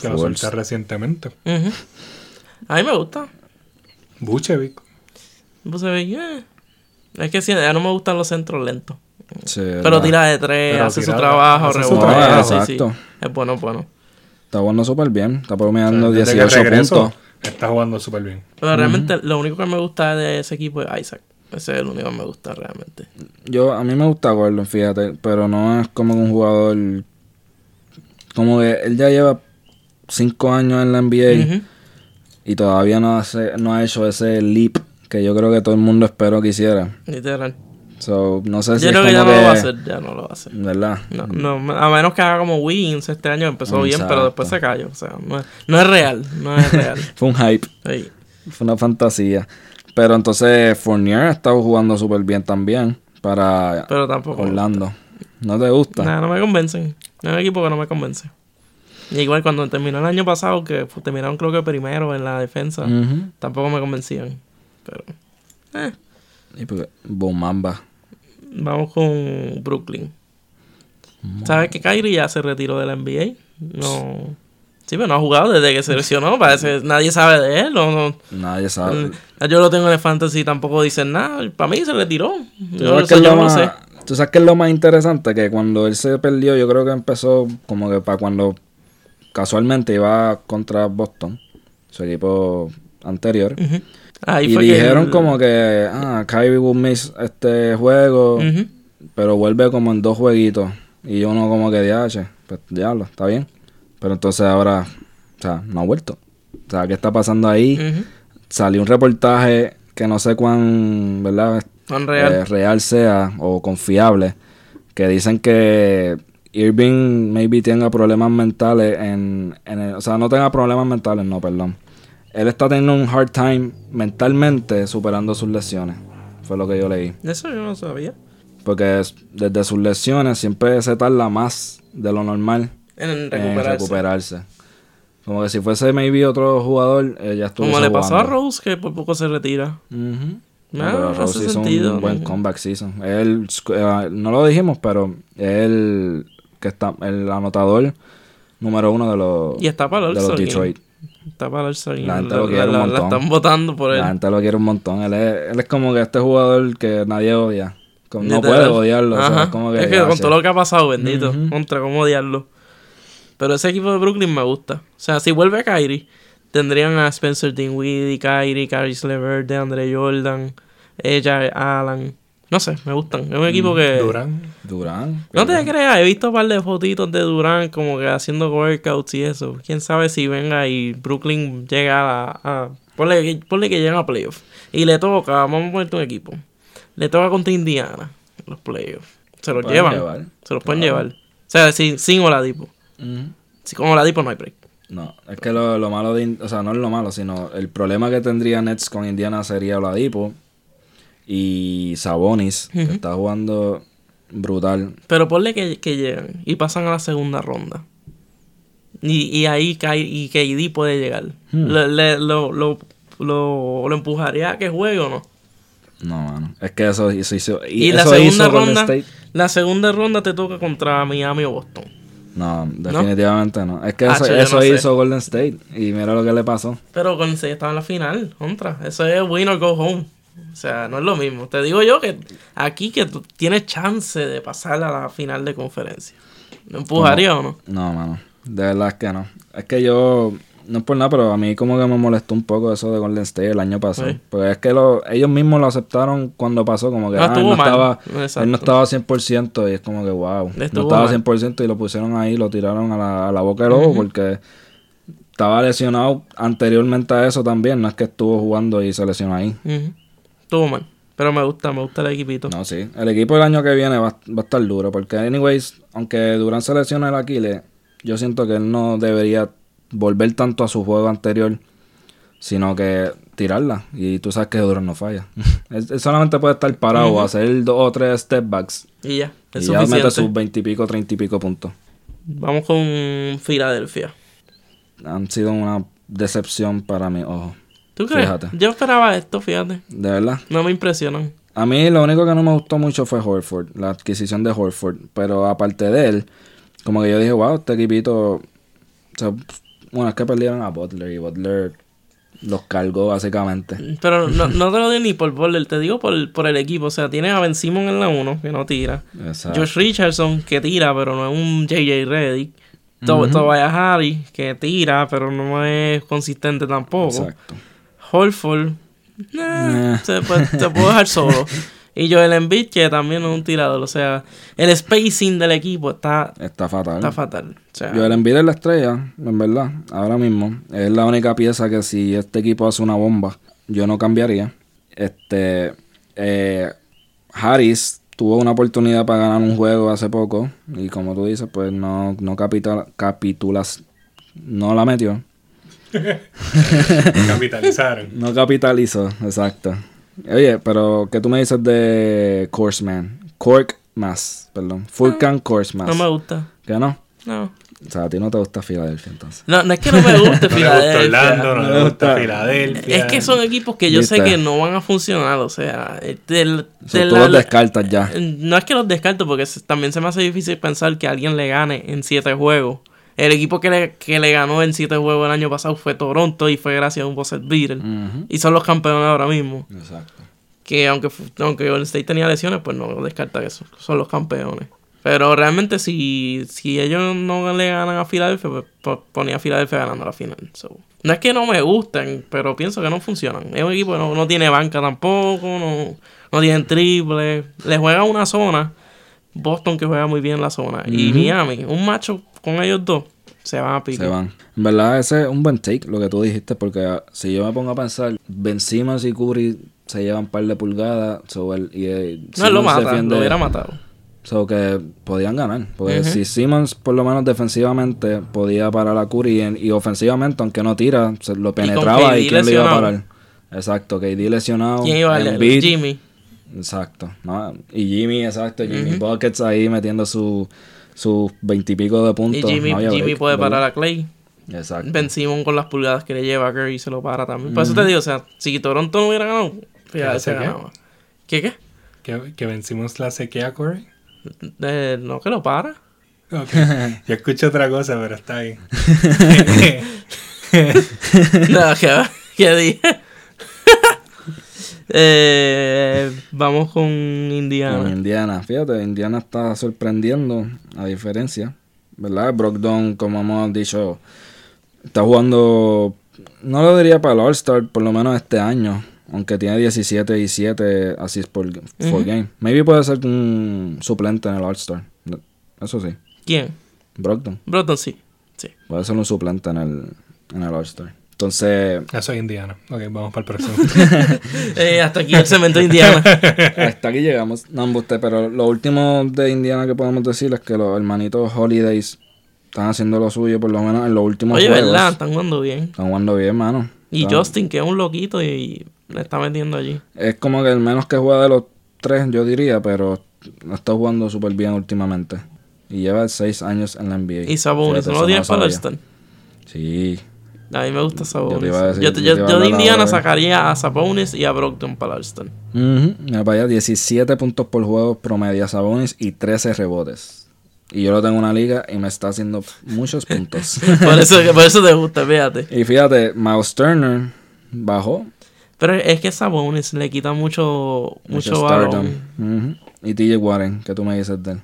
Speaker 1: Que lo
Speaker 3: Fultz.
Speaker 1: solté recientemente.
Speaker 2: Ujú. A mí me gusta.
Speaker 1: Buchevic.
Speaker 2: Pues se ve, eh. Es que sí, ya no me gustan los centros lentos.
Speaker 3: Sí,
Speaker 2: Pero
Speaker 3: ¿verdad?
Speaker 2: tira de tres,
Speaker 1: Pero
Speaker 2: hace su
Speaker 1: tira-
Speaker 2: trabajo,
Speaker 1: hace su
Speaker 2: rebotea.
Speaker 3: trabajo.
Speaker 2: sí,
Speaker 3: Exacto.
Speaker 2: sí. Es bueno, es bueno.
Speaker 3: Está jugando súper bien. Está promediando
Speaker 1: Desde que
Speaker 3: 18 puntos.
Speaker 1: regresó, está jugando súper bien.
Speaker 2: Pero realmente lo único que me gusta de ese equipo es Isaac. Ese es el único que me gusta realmente.
Speaker 3: Yo, a mí me gusta Gordon, fíjate, pero no es como que un jugador. Como que él ya lleva 5 años en la NBA
Speaker 2: Ujú.
Speaker 3: y todavía no, hace, no ha hecho ese leap que yo creo que todo el mundo esperó que hiciera.
Speaker 2: Literal.
Speaker 3: So, no sé si
Speaker 2: Yo
Speaker 3: es
Speaker 2: creo
Speaker 3: como
Speaker 2: que ya no
Speaker 3: que-
Speaker 2: lo va a hacer, ya no lo va a hacer.
Speaker 3: ¿Verdad?
Speaker 2: No, no, a menos que haga como Wiggins este año empezó bien, pero
Speaker 3: Mm, Exacto.
Speaker 2: después se cayó. O sea, no es, no es real, no es real.
Speaker 3: Fue un hype,
Speaker 2: Sí.
Speaker 3: fue una fantasía. Pero entonces Fournier ha estado jugando súper bien también para
Speaker 2: Pero tampoco.
Speaker 3: Orlando. ¿No te gusta?
Speaker 2: Nada, no me convencen. Es un equipo que no me convence. Y igual cuando terminó el año pasado, que fu- terminaron creo que primero en la defensa,
Speaker 3: Ujú.
Speaker 2: tampoco me convencían. Pero eh,
Speaker 3: Y pues, porque Bomamba.
Speaker 2: vamos con Brooklyn. ¿Sabes que Kyrie ya se retiró de la NBA? No. Sí, pero no ha jugado desde que se lesionó. Parece nadie sabe de él. o no-
Speaker 3: Nadie
Speaker 2: Mm.
Speaker 3: sabe.
Speaker 2: ah, Yo lo tengo en el fantasy y tampoco dicen nada. Para mí se retiró.
Speaker 3: ¿Tú
Speaker 2: Yo,
Speaker 3: sabes,
Speaker 2: o
Speaker 3: qué
Speaker 2: sea,
Speaker 3: es
Speaker 2: yo
Speaker 3: lo
Speaker 2: no
Speaker 3: más-
Speaker 2: sé.
Speaker 3: tú sabes qué es lo más interesante? Que cuando él se perdió, yo creo que empezó como que para cuando casualmente iba contra Boston, su equipo anterior.
Speaker 2: Ujú. Ahí
Speaker 3: Y
Speaker 2: fue que
Speaker 3: dijeron
Speaker 2: el-
Speaker 3: como que, ah, Kyrie will miss este juego.
Speaker 2: Ujú.
Speaker 3: Pero vuelve como en dos jueguitos. Y uno como que DH. Pues diablo, está bien. Pero entonces ahora, o sea, no ha vuelto. O sea, ¿qué está pasando ahí?
Speaker 2: Ujú.
Speaker 3: Salió un reportaje que no sé cuán, ¿verdad?
Speaker 2: Tan real.
Speaker 3: eh, real sea o confiable, que dicen que Irving maybe tenga problemas mentales en, en el- o sea, no tenga problemas mentales, no, perdón. Él está teniendo un hard time mentalmente superando sus lesiones. Fue lo que yo leí.
Speaker 2: Eso yo no sabía.
Speaker 3: Porque es- desde sus lesiones siempre se tarda más de lo normal
Speaker 2: En
Speaker 3: en
Speaker 2: recuperarse.
Speaker 3: recuperarse. Como que si fuese maybe otro jugador, eh, ya estuvo.
Speaker 2: Como le pasó a Rose, que por poco se retira. No,
Speaker 3: pero
Speaker 2: Ah, hace
Speaker 3: Rose hizo
Speaker 2: sentido.
Speaker 3: un buen comeback season. Él, eh, no lo dijimos, pero él que está el anotador número uno de los,
Speaker 2: Y está para el
Speaker 3: de los
Speaker 2: All-Star Game.
Speaker 3: Detroit.
Speaker 2: Está para el All-Star Game.
Speaker 3: La gente lo quiere un
Speaker 2: la- la
Speaker 3: montón.
Speaker 2: están votando por él.
Speaker 3: La gente lo quiere un montón. Él es, él es como que este jugador que nadie odia. Como no
Speaker 2: Literal.
Speaker 3: puede odiarlo. o sea,
Speaker 2: Ajá.
Speaker 3: es como que,
Speaker 2: es que con
Speaker 3: gracias.
Speaker 2: todo lo que ha pasado, bendito. Contra cómo odiarlo. Pero ese equipo de Brooklyn me gusta. O sea, si vuelve Kyrie, tendrían a Spencer Dinwiddie, Kyrie, Kyrie Lever, DeAndre Jordan, ella, Alan. No sé, me gustan. Es un equipo que.
Speaker 1: Durán.
Speaker 3: Durán.
Speaker 2: No te creas, he visto un par de fotitos de Durán como que haciendo workouts y eso. Quién sabe si venga y Brooklyn llega a. a- ponle, que- ponle que llega a playoffs. Y le toca, vamos a ponerte un equipo. Le toca contra Indiana los playoffs. Se los
Speaker 3: pueden
Speaker 2: llevan.
Speaker 3: llevar.
Speaker 2: Se los pueden llevar. O sea, sin, sin Oladipo.
Speaker 3: pues, Ujú.
Speaker 2: Si con Oladipo no hay break.
Speaker 3: No, es que lo, lo malo de... In- O sea, no es lo malo, sino el problema que tendría Nets con Indiana sería Oladipo y Sabonis, que está jugando brutal.
Speaker 2: Pero ponle que, que llegan y pasan a la segunda ronda. Y, y ahí Ky- y KD puede llegar.
Speaker 3: Hmm.
Speaker 2: Le- le- lo, lo, lo, ¿Lo empujaría a que juegue o no?
Speaker 3: No, mano. Es que eso, eso hizo...
Speaker 2: Y, la
Speaker 3: eso
Speaker 2: segunda
Speaker 3: hizo Golden
Speaker 2: ronda,
Speaker 3: State.
Speaker 2: la segunda ronda te toca contra Miami o Boston.
Speaker 3: No, definitivamente no. Es que eso,
Speaker 2: Ah, yo
Speaker 3: eso
Speaker 2: no sé.
Speaker 3: hizo Golden State. Y mira lo que le pasó.
Speaker 2: Pero con se estaba en la final, contra. Eso es win or go home. O sea, no es lo mismo. Te digo yo que aquí que tú tienes chance de pasar a la final de conferencia. ¿Lo empujaría o no?
Speaker 3: No, mano. De verdad es que no. Es que yo... No es por nada, pero a mí como que me molestó un poco eso de Golden State el año pasado.
Speaker 2: Sí.
Speaker 3: Porque es que lo- ellos mismos lo aceptaron cuando pasó. Como que
Speaker 2: No,
Speaker 3: ah, él
Speaker 2: estuvo
Speaker 3: no
Speaker 2: mal.
Speaker 3: estaba...
Speaker 2: Exacto.
Speaker 3: Él no estaba 100% y es como que wow. No
Speaker 2: Estuvo
Speaker 3: estaba
Speaker 2: mal.
Speaker 3: 100% y lo pusieron ahí, lo tiraron a la, a la boca del lobo porque estaba lesionado anteriormente a eso también. No es que estuvo jugando y se lesionó ahí.
Speaker 2: Ujú. Estuvo mal. Pero me gusta, me gusta el equipito.
Speaker 3: No, sí. El equipo del año que viene va, va a estar duro porque, anyways, aunque Durán se lesione el Aquiles, yo siento que él no debería volver tanto a su juego anterior, sino que tirarla. Y tú sabes que Durán no falla. él, él solamente puede estar parado, hacer dos o tres step backs
Speaker 2: Y ya, es
Speaker 3: y ya
Speaker 2: suficiente.
Speaker 3: mete sus 20 y pico, 30 y pico puntos.
Speaker 2: Vamos con Filadelfia.
Speaker 3: Han sido una decepción para mi ojo.
Speaker 2: ¿Tú crees?
Speaker 3: Fíjate.
Speaker 2: Yo esperaba esto, fíjate.
Speaker 3: De verdad.
Speaker 2: No me impresionan.
Speaker 3: A mí lo único que no me gustó mucho fue Horford, la adquisición de Horford. Pero aparte de él, como que yo dije, wow, este equipito. o sea, bueno, es que perdieron a Butler y Butler los cargó básicamente.
Speaker 2: Pero no, no te lo digo ni por Boller, te digo por, por el equipo. O sea, tienes a Ben Simon en la 1, que no tira.
Speaker 3: Exacto.
Speaker 2: Josh Richardson, que tira, pero no es un JJ Reddick. To- Tobias Harris, que tira, pero no es consistente tampoco.
Speaker 3: Exacto.
Speaker 2: Holford, nah,
Speaker 3: Nah.
Speaker 2: se, puede- se puede dejar solo. Y Joel Embiid, que también es un tirador. O sea, el spacing del equipo está,
Speaker 3: Está fatal.
Speaker 2: está fatal. O sea,
Speaker 3: Joel Embiid es la estrella, en verdad, ahora mismo. Es la única pieza que si este equipo hace una bomba, yo no cambiaría. Este, eh, Harris tuvo una oportunidad para ganar un juego hace poco y como tú dices, pues no, no capita- capitulas, no la metió.
Speaker 1: Capitalizaron.
Speaker 3: No capitalizó, exacto. Oye, pero ¿qué tú me dices de Corsman? Cork más, perdón. Furkan
Speaker 2: Ah.
Speaker 3: Corsman.
Speaker 2: no me gusta.
Speaker 3: ¿Qué no?
Speaker 2: No.
Speaker 3: O sea, a ti no te gusta Filadelfia entonces.
Speaker 2: No, no es que no me guste
Speaker 1: No le gusta Orlando,
Speaker 2: Filadelfia.
Speaker 1: no
Speaker 3: No le
Speaker 1: le gusta
Speaker 3: gusta.
Speaker 1: Filadelfia.
Speaker 2: Es que son equipos que yo sé
Speaker 3: Viste.
Speaker 2: que no van a funcionar, o sea, eh, del-
Speaker 3: O
Speaker 2: de
Speaker 3: sea, tú
Speaker 2: la-
Speaker 3: los descartas ya.
Speaker 2: no es que los descarto porque se- también se me hace difícil pensar que alguien le gane en siete juegos. El equipo que le, que le ganó en siete juegos el año pasado fue Toronto y fue gracias a un Bosset Beater.
Speaker 3: Ujú.
Speaker 2: Y son los campeones ahora mismo.
Speaker 3: Exacto.
Speaker 2: Que aunque, fu- aunque Golden State tenía lesiones, pues no descarta eso. Son los campeones. Pero realmente si, si ellos no le ganan a Filadelfia, pues po- ponía a Filadelfia ganando la final. So, No es que no me gusten, pero pienso que no funcionan. Es un equipo que no, no tiene banca tampoco, no, no tienen triple. Le juega una zona. Boston que juega muy bien la zona. Y Miami, un macho con ellos dos. O Se van a pique.
Speaker 3: Se van. En verdad, ese es un buen take lo que tú dijiste, porque ah, si yo me pongo a pensar, Ben Simmons y Curry se llevan par de pulgadas, so él- y, eh,
Speaker 2: No, él lo
Speaker 3: Simmons
Speaker 2: mata,
Speaker 3: defiende-
Speaker 2: lo hubiera matado.
Speaker 3: So que podían ganar. Porque si Simmons, por lo menos defensivamente, podía parar a Curry en- y ofensivamente, aunque no tira, se lo penetraba
Speaker 2: KD
Speaker 3: y, quién le iba a
Speaker 2: lesionado.
Speaker 3: parar. Exacto, KD lesionado.
Speaker 2: ¿Quién iba a
Speaker 3: Embiid,
Speaker 2: Jimmy.
Speaker 3: Exacto. ¿no? Y Jimmy, exacto. Jimmy Buckets ahí metiendo su- sus veintipico de
Speaker 2: Y
Speaker 3: puntos.
Speaker 2: Jimmy,
Speaker 3: No había
Speaker 2: Jimmy
Speaker 3: break,
Speaker 2: puede
Speaker 3: ¿verdad?
Speaker 2: parar a Clay.
Speaker 3: Exacto.
Speaker 2: Ben Simon con las pulgadas que le lleva a Curry se lo para también. Por eso te digo, o sea, si Toronto no hubiera ganado, fíjate,
Speaker 1: hace
Speaker 2: se
Speaker 1: qué?
Speaker 2: ganaba. ¿Qué qué?
Speaker 1: Que, que vencimos la sequía a Curry.
Speaker 2: Eh, no, que lo para.
Speaker 1: Ok. Yo escucho otra cosa, pero está ahí.
Speaker 2: no, ¿qué, qué dije? Eh, vamos con
Speaker 3: Con
Speaker 2: Indiana.
Speaker 3: Indiana, fíjate, Indiana está sorprendiendo a diferencia, ¿verdad? Brogdon, como hemos dicho, está jugando, no lo diría para el All-Star, por lo menos este año, aunque tiene 17 y 7 assists por, por game. Maybe puede ser un suplente en el All-Star, no- eso sí,
Speaker 2: ¿Quién?
Speaker 3: Brogdon,
Speaker 2: Broton, sí. Sí.
Speaker 3: puede ser un suplente en el, en el All-Star. Entonces,
Speaker 1: Eso es Indiana. Ok, vamos para el próximo.
Speaker 2: Eh, hasta aquí el cemento de Indiana.
Speaker 3: Hasta aquí llegamos. No, embuste, pero lo último de Indiana que podemos decir es que los hermanitos Holidays están haciendo lo suyo, por lo menos en los últimos
Speaker 2: Oye,
Speaker 3: juegos.
Speaker 2: ¿verdad? Están jugando bien.
Speaker 3: Están jugando bien, mano.
Speaker 2: Y
Speaker 3: Están-
Speaker 2: Justin, que es un loquito y le está metiendo allí.
Speaker 3: Es como que el menos que juega de los tres, yo diría, pero está jugando súper bien últimamente. Y lleva seis años en la NBA.
Speaker 2: Y Sabonis,
Speaker 3: Fíjate,
Speaker 2: ¿no
Speaker 3: eso
Speaker 2: lo tienes para
Speaker 3: sabía.
Speaker 2: el All-Star?
Speaker 3: Sí.
Speaker 2: A mí me gusta Sabonis.
Speaker 3: te iba a decir-
Speaker 2: Yo,
Speaker 3: yo te
Speaker 2: yo-
Speaker 3: iba a
Speaker 2: yo de
Speaker 3: hablar
Speaker 2: Indiana
Speaker 3: ahora.
Speaker 2: sacaría a Sabonis y a Brogdon para el All-Star.
Speaker 3: Ujú, mira para allá, 17 puntos por juego promedia Sabonis y 13 rebotes. Y yo lo tengo en una liga y me está haciendo muchos puntos.
Speaker 2: Por eso, que- por eso te gusta, fíjate.
Speaker 3: Y fíjate, Miles Turner bajó
Speaker 2: Pero es que Sabonis le quita mucho, mucho
Speaker 3: stardom.
Speaker 2: balón.
Speaker 3: Ujú. Y TJ Warren, que tú me dices de él.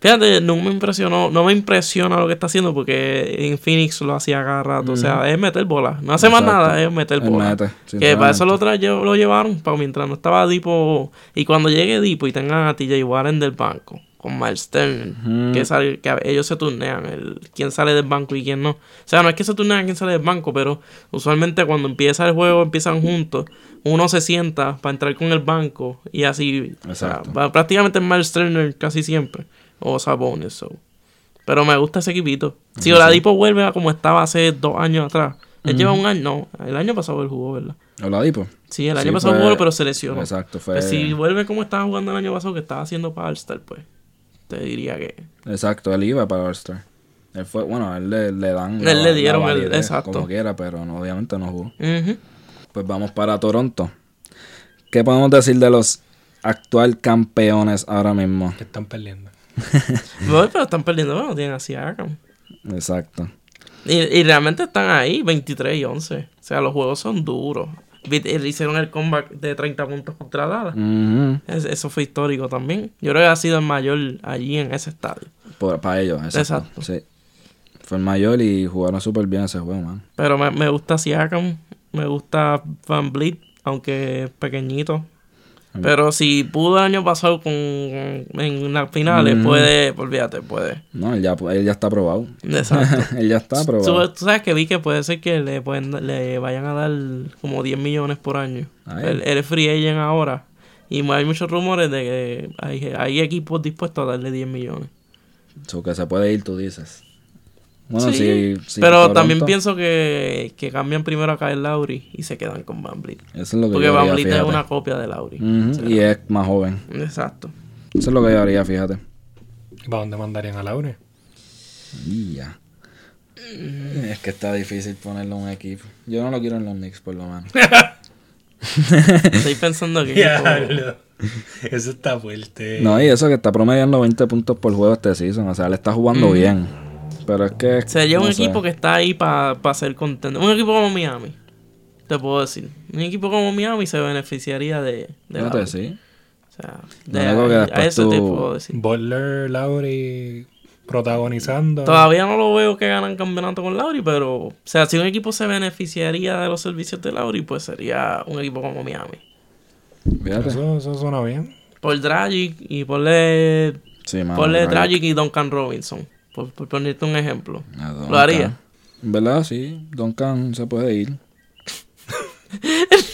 Speaker 2: Fíjate, no me impresionó, no me impresiona lo que está haciendo porque en Phoenix lo hacía cada rato. O sea, es meter bola. No hace más
Speaker 3: Exacto.
Speaker 2: nada, es meter
Speaker 3: Él
Speaker 2: bola.
Speaker 3: mete,
Speaker 2: que para eso
Speaker 3: sinceramente.
Speaker 2: lo, tra- lle- lo llevaron, para mientras no estaba Dipo. Y cuando llegue Dipo y tengan a TJ Warren del banco, con Miles Turner, que, sale- que a- ellos se turnean, el, quién sale del banco y quién no. O sea, no es que se turnean quién sale del banco, pero usualmente cuando empieza el juego empiezan juntos, uno se sienta para entrar con el banco y así. o sea,
Speaker 3: Exacto.
Speaker 2: va- prácticamente Miles Turner casi siempre, o Sabonis. so. Pero me gusta ese equipito. Si Oladipo vuelve a como estaba hace dos años atrás. Él lleva un año, no, el año pasado él jugó, ¿verdad?
Speaker 3: Oladipo.
Speaker 2: Sí, el año
Speaker 3: Sí,
Speaker 2: pasado
Speaker 3: fue-
Speaker 2: jugó, pero se lesionó.
Speaker 3: Exacto, fue.
Speaker 2: Pues si vuelve como estaba jugando el año pasado, que estaba haciendo para All-Star, pues te diría que.
Speaker 3: Exacto, él iba para All-Star. Él fue, bueno, él le, le dan.
Speaker 2: Él le dieron el-
Speaker 3: validez,
Speaker 2: exacto.
Speaker 3: Como quiera, pero no, obviamente no jugó.
Speaker 2: Ujú.
Speaker 3: Pues vamos para Toronto. ¿Qué podemos decir de los actual campeones ahora mismo?
Speaker 1: que están perdiendo.
Speaker 2: No, pero están perdiendo, bueno, tienen a Siakam.
Speaker 3: Exacto.
Speaker 2: Y, y realmente están ahí, 23 y 11. O sea, los juegos son duros. Vi- eh, Hicieron el comeback de 30 puntos contra Dallas.
Speaker 3: Ujú.
Speaker 2: Es- eso fue histórico también. Yo creo que ha sido el mayor allí en ese estadio.
Speaker 3: Por- para ellos, exacto.
Speaker 2: Exacto.
Speaker 3: Sí. Fue el mayor y jugaron súper bien ese juego, man.
Speaker 2: Pero me, me gusta Siakam, me gusta Van Vliet, aunque es pequeñito. Pero si pudo el año pasado con, en las finales, puede, olvídate, puede.
Speaker 3: No, él ya, él ya está aprobado.
Speaker 2: Exacto.
Speaker 3: él ya está
Speaker 2: Tú,
Speaker 3: aprobado.
Speaker 2: tú sabes que vi que puede ser que le, pueden, le vayan a dar como 10 millones por año.
Speaker 3: Ay.
Speaker 2: Él, él es free agent ahora. Y mu- hay muchos rumores de que hay, hay equipos dispuestos a darle 10 millones.
Speaker 3: So que se puede ir, tú dices. Bueno, sí.
Speaker 2: Sí,
Speaker 3: sí,
Speaker 2: Pero
Speaker 3: Toronto.
Speaker 2: también pienso que, que cambian primero a Kyle Lowry y se quedan con Van Vliet.
Speaker 3: Eso es lo que
Speaker 2: Porque
Speaker 3: yo
Speaker 2: Van
Speaker 3: haría,
Speaker 2: Vliet es
Speaker 3: fíjate. Mm.
Speaker 2: una copia de Lowry.
Speaker 3: Ujú, Y es más joven.
Speaker 2: Exacto.
Speaker 3: Eso es lo que yo haría, fíjate.
Speaker 1: ¿Para dónde mandarían a Laure?
Speaker 3: Y ya.
Speaker 2: Mm.
Speaker 3: Es que está difícil ponerlo en un equipo. Yo no lo quiero en los Knicks, por lo menos.
Speaker 2: Estoy pensando que...
Speaker 1: Eso está fuerte.
Speaker 3: No, y eso que está promediando 20 puntos por juego este season. O sea, le está jugando bien. Pero es que.
Speaker 2: Se lleva un
Speaker 3: no sé.
Speaker 2: equipo que está ahí para ser contento. Un equipo como Miami. Te puedo decir. Un equipo como Miami se beneficiaría de, de
Speaker 3: Fíjate,
Speaker 2: Lowry.
Speaker 3: sí.
Speaker 2: O sea,
Speaker 3: Lo
Speaker 2: de-
Speaker 3: único que
Speaker 2: a- a
Speaker 3: después
Speaker 2: eso
Speaker 3: tú-
Speaker 2: te puedo decir.
Speaker 1: Butler, Laure protagonizando.
Speaker 2: Todavía no lo veo que ganan campeonato con Lauri, pero... O sea, si un equipo se beneficiaría de los servicios de Lauri, pues sería un equipo como Miami.
Speaker 3: Fíjate.
Speaker 1: Eso, eso suena bien.
Speaker 2: Por Dragic y ponle...
Speaker 3: Sí, mano,
Speaker 2: ponle
Speaker 3: claro.
Speaker 2: Dragic y Duncan Robinson. Por, por ponerte un ejemplo.
Speaker 3: A Duncan.
Speaker 2: ¿Lo haría?
Speaker 3: En verdad, sí. Duncan se puede ir.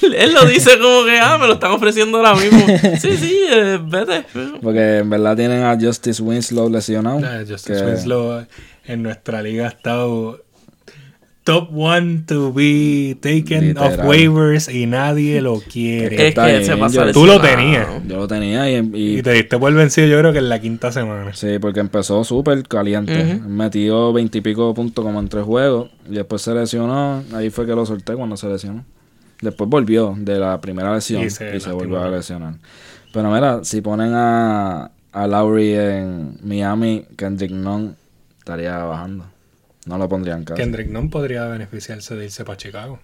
Speaker 2: él, él lo dice como que, ah, me lo están ofreciendo ahora mismo. Sí, sí, eh, vete.
Speaker 3: Porque en verdad tienen a Justice Winslow lesionado.
Speaker 1: Eh, Justice
Speaker 3: Ah, que-
Speaker 1: Winslow en nuestra liga ha estado top one to be taken
Speaker 3: Literal.
Speaker 1: off waivers y nadie lo
Speaker 3: Que
Speaker 1: quiere.
Speaker 2: Es
Speaker 3: está
Speaker 2: que él se
Speaker 3: bien,
Speaker 2: pasa "Ah,
Speaker 3: yo-
Speaker 1: Tú lo
Speaker 2: lesionado.
Speaker 1: tenías.
Speaker 3: Yo lo tenía y, y-
Speaker 1: Y te diste por vencido yo creo que en la quinta semana.
Speaker 3: Sí, porque empezó súper caliente. Metió veintipico puntos como en tres juegos. Y después se lesionó. Ahí fue que lo solté cuando se lesionó. Después volvió de la primera lesión y
Speaker 1: Y
Speaker 3: se,
Speaker 1: se
Speaker 3: volvió a
Speaker 1: lastimó.
Speaker 3: lesionar. Pero mira, si ponen a, a Lowry en Miami, Kendrick Nunn estaría bajando. No lo pondrían casi.
Speaker 1: Kendrick no podría beneficiarse de irse para Chicago.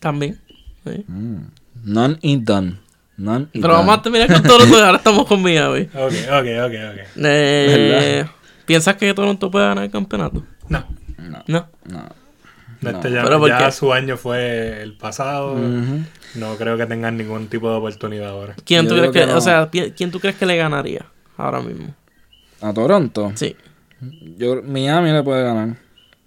Speaker 2: También. sí.
Speaker 3: Mm. Nunn y Dunn. Nunn y
Speaker 2: Pero vamos a terminar con Toronto y ahora estamos con Miami.
Speaker 1: Ok, ok, ok, ok.
Speaker 2: Eh, ¿Piensas que Toronto puede ganar el campeonato?
Speaker 1: No,
Speaker 3: Dunn. No,
Speaker 2: No.
Speaker 3: no.
Speaker 1: no, este ya,
Speaker 2: Pero ¿por
Speaker 1: ya
Speaker 2: qué?
Speaker 1: su año fue el pasado.
Speaker 3: Ujú.
Speaker 1: No creo que tengan ningún tipo de oportunidad ahora.
Speaker 2: ¿Quién
Speaker 3: Yo
Speaker 2: tú
Speaker 3: digo
Speaker 2: crees que,
Speaker 3: que no.
Speaker 2: o sea, pi- quién tú crees que le ganaría ahora mismo?
Speaker 3: A Toronto.
Speaker 2: Sí.
Speaker 3: Yo, Miami le puede ganar.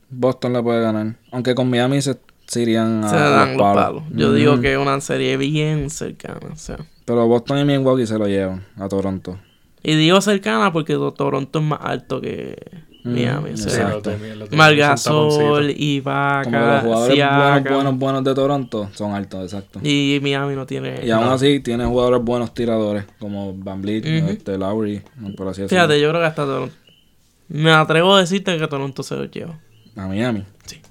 Speaker 3: Boston le puede ganar. Aunque con Miami se, se irían a
Speaker 2: se dan
Speaker 3: Ah, los
Speaker 2: los
Speaker 3: palos. Mm.
Speaker 2: palos. Yo digo que es una serie bien cercana. O sea.
Speaker 3: Pero Boston y Milwaukee se lo llevan a Toronto.
Speaker 2: Y digo cercana porque to- Toronto es más alto que
Speaker 3: Mm,
Speaker 2: Miami. o sea,
Speaker 1: Sí,
Speaker 3: Exacto.
Speaker 1: los de- los de- son
Speaker 2: Margasol,
Speaker 1: taponcitos.
Speaker 3: Como que los
Speaker 2: Ibaka,
Speaker 3: jugadores buenos, buenos,
Speaker 2: Siakam.
Speaker 3: buenos de Toronto son altos, exacto.
Speaker 2: Y Miami no tiene...
Speaker 3: Y aún así tiene jugadores buenos tiradores, como Van Vliet,
Speaker 2: Ujú.
Speaker 3: este, Lowry, por así decirlo.
Speaker 2: Fíjate, yo creo que hasta Toronto... Me atrevo a decirte que Toronto se lo lleva.
Speaker 3: A Miami.
Speaker 2: Sí.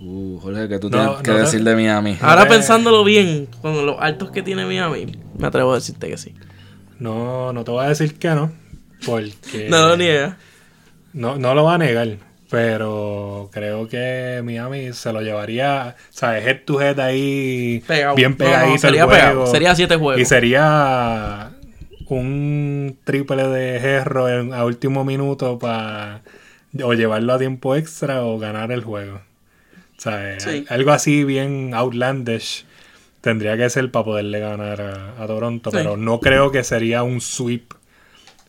Speaker 3: Uh, Jorge, que tú
Speaker 1: No,
Speaker 3: tienes que
Speaker 1: no, no.
Speaker 3: decir de Miami.
Speaker 2: Ahora
Speaker 1: Eh.
Speaker 2: pensándolo bien, con los altos que tiene Miami, me atrevo a decirte que sí.
Speaker 1: No, no te voy a decir que no.
Speaker 3: Eh.
Speaker 1: Porque
Speaker 2: No lo niega.
Speaker 1: no, no lo va a negar. Pero creo que Miami se lo llevaría, o sea, head to head ahí,
Speaker 2: Pegado.
Speaker 1: bien
Speaker 2: No, no,
Speaker 1: pegadito
Speaker 2: sería
Speaker 1: el juego.
Speaker 2: pegado. Sería siete juegos.
Speaker 1: Y sería un triple de Herro en- a último minuto para o llevarlo a tiempo extra o ganar el juego. O sea, eh,
Speaker 2: Sí.
Speaker 1: algo así bien outlandish tendría que ser para poderle ganar a, a Toronto,
Speaker 2: Sí.
Speaker 1: pero no creo que sería un sweep.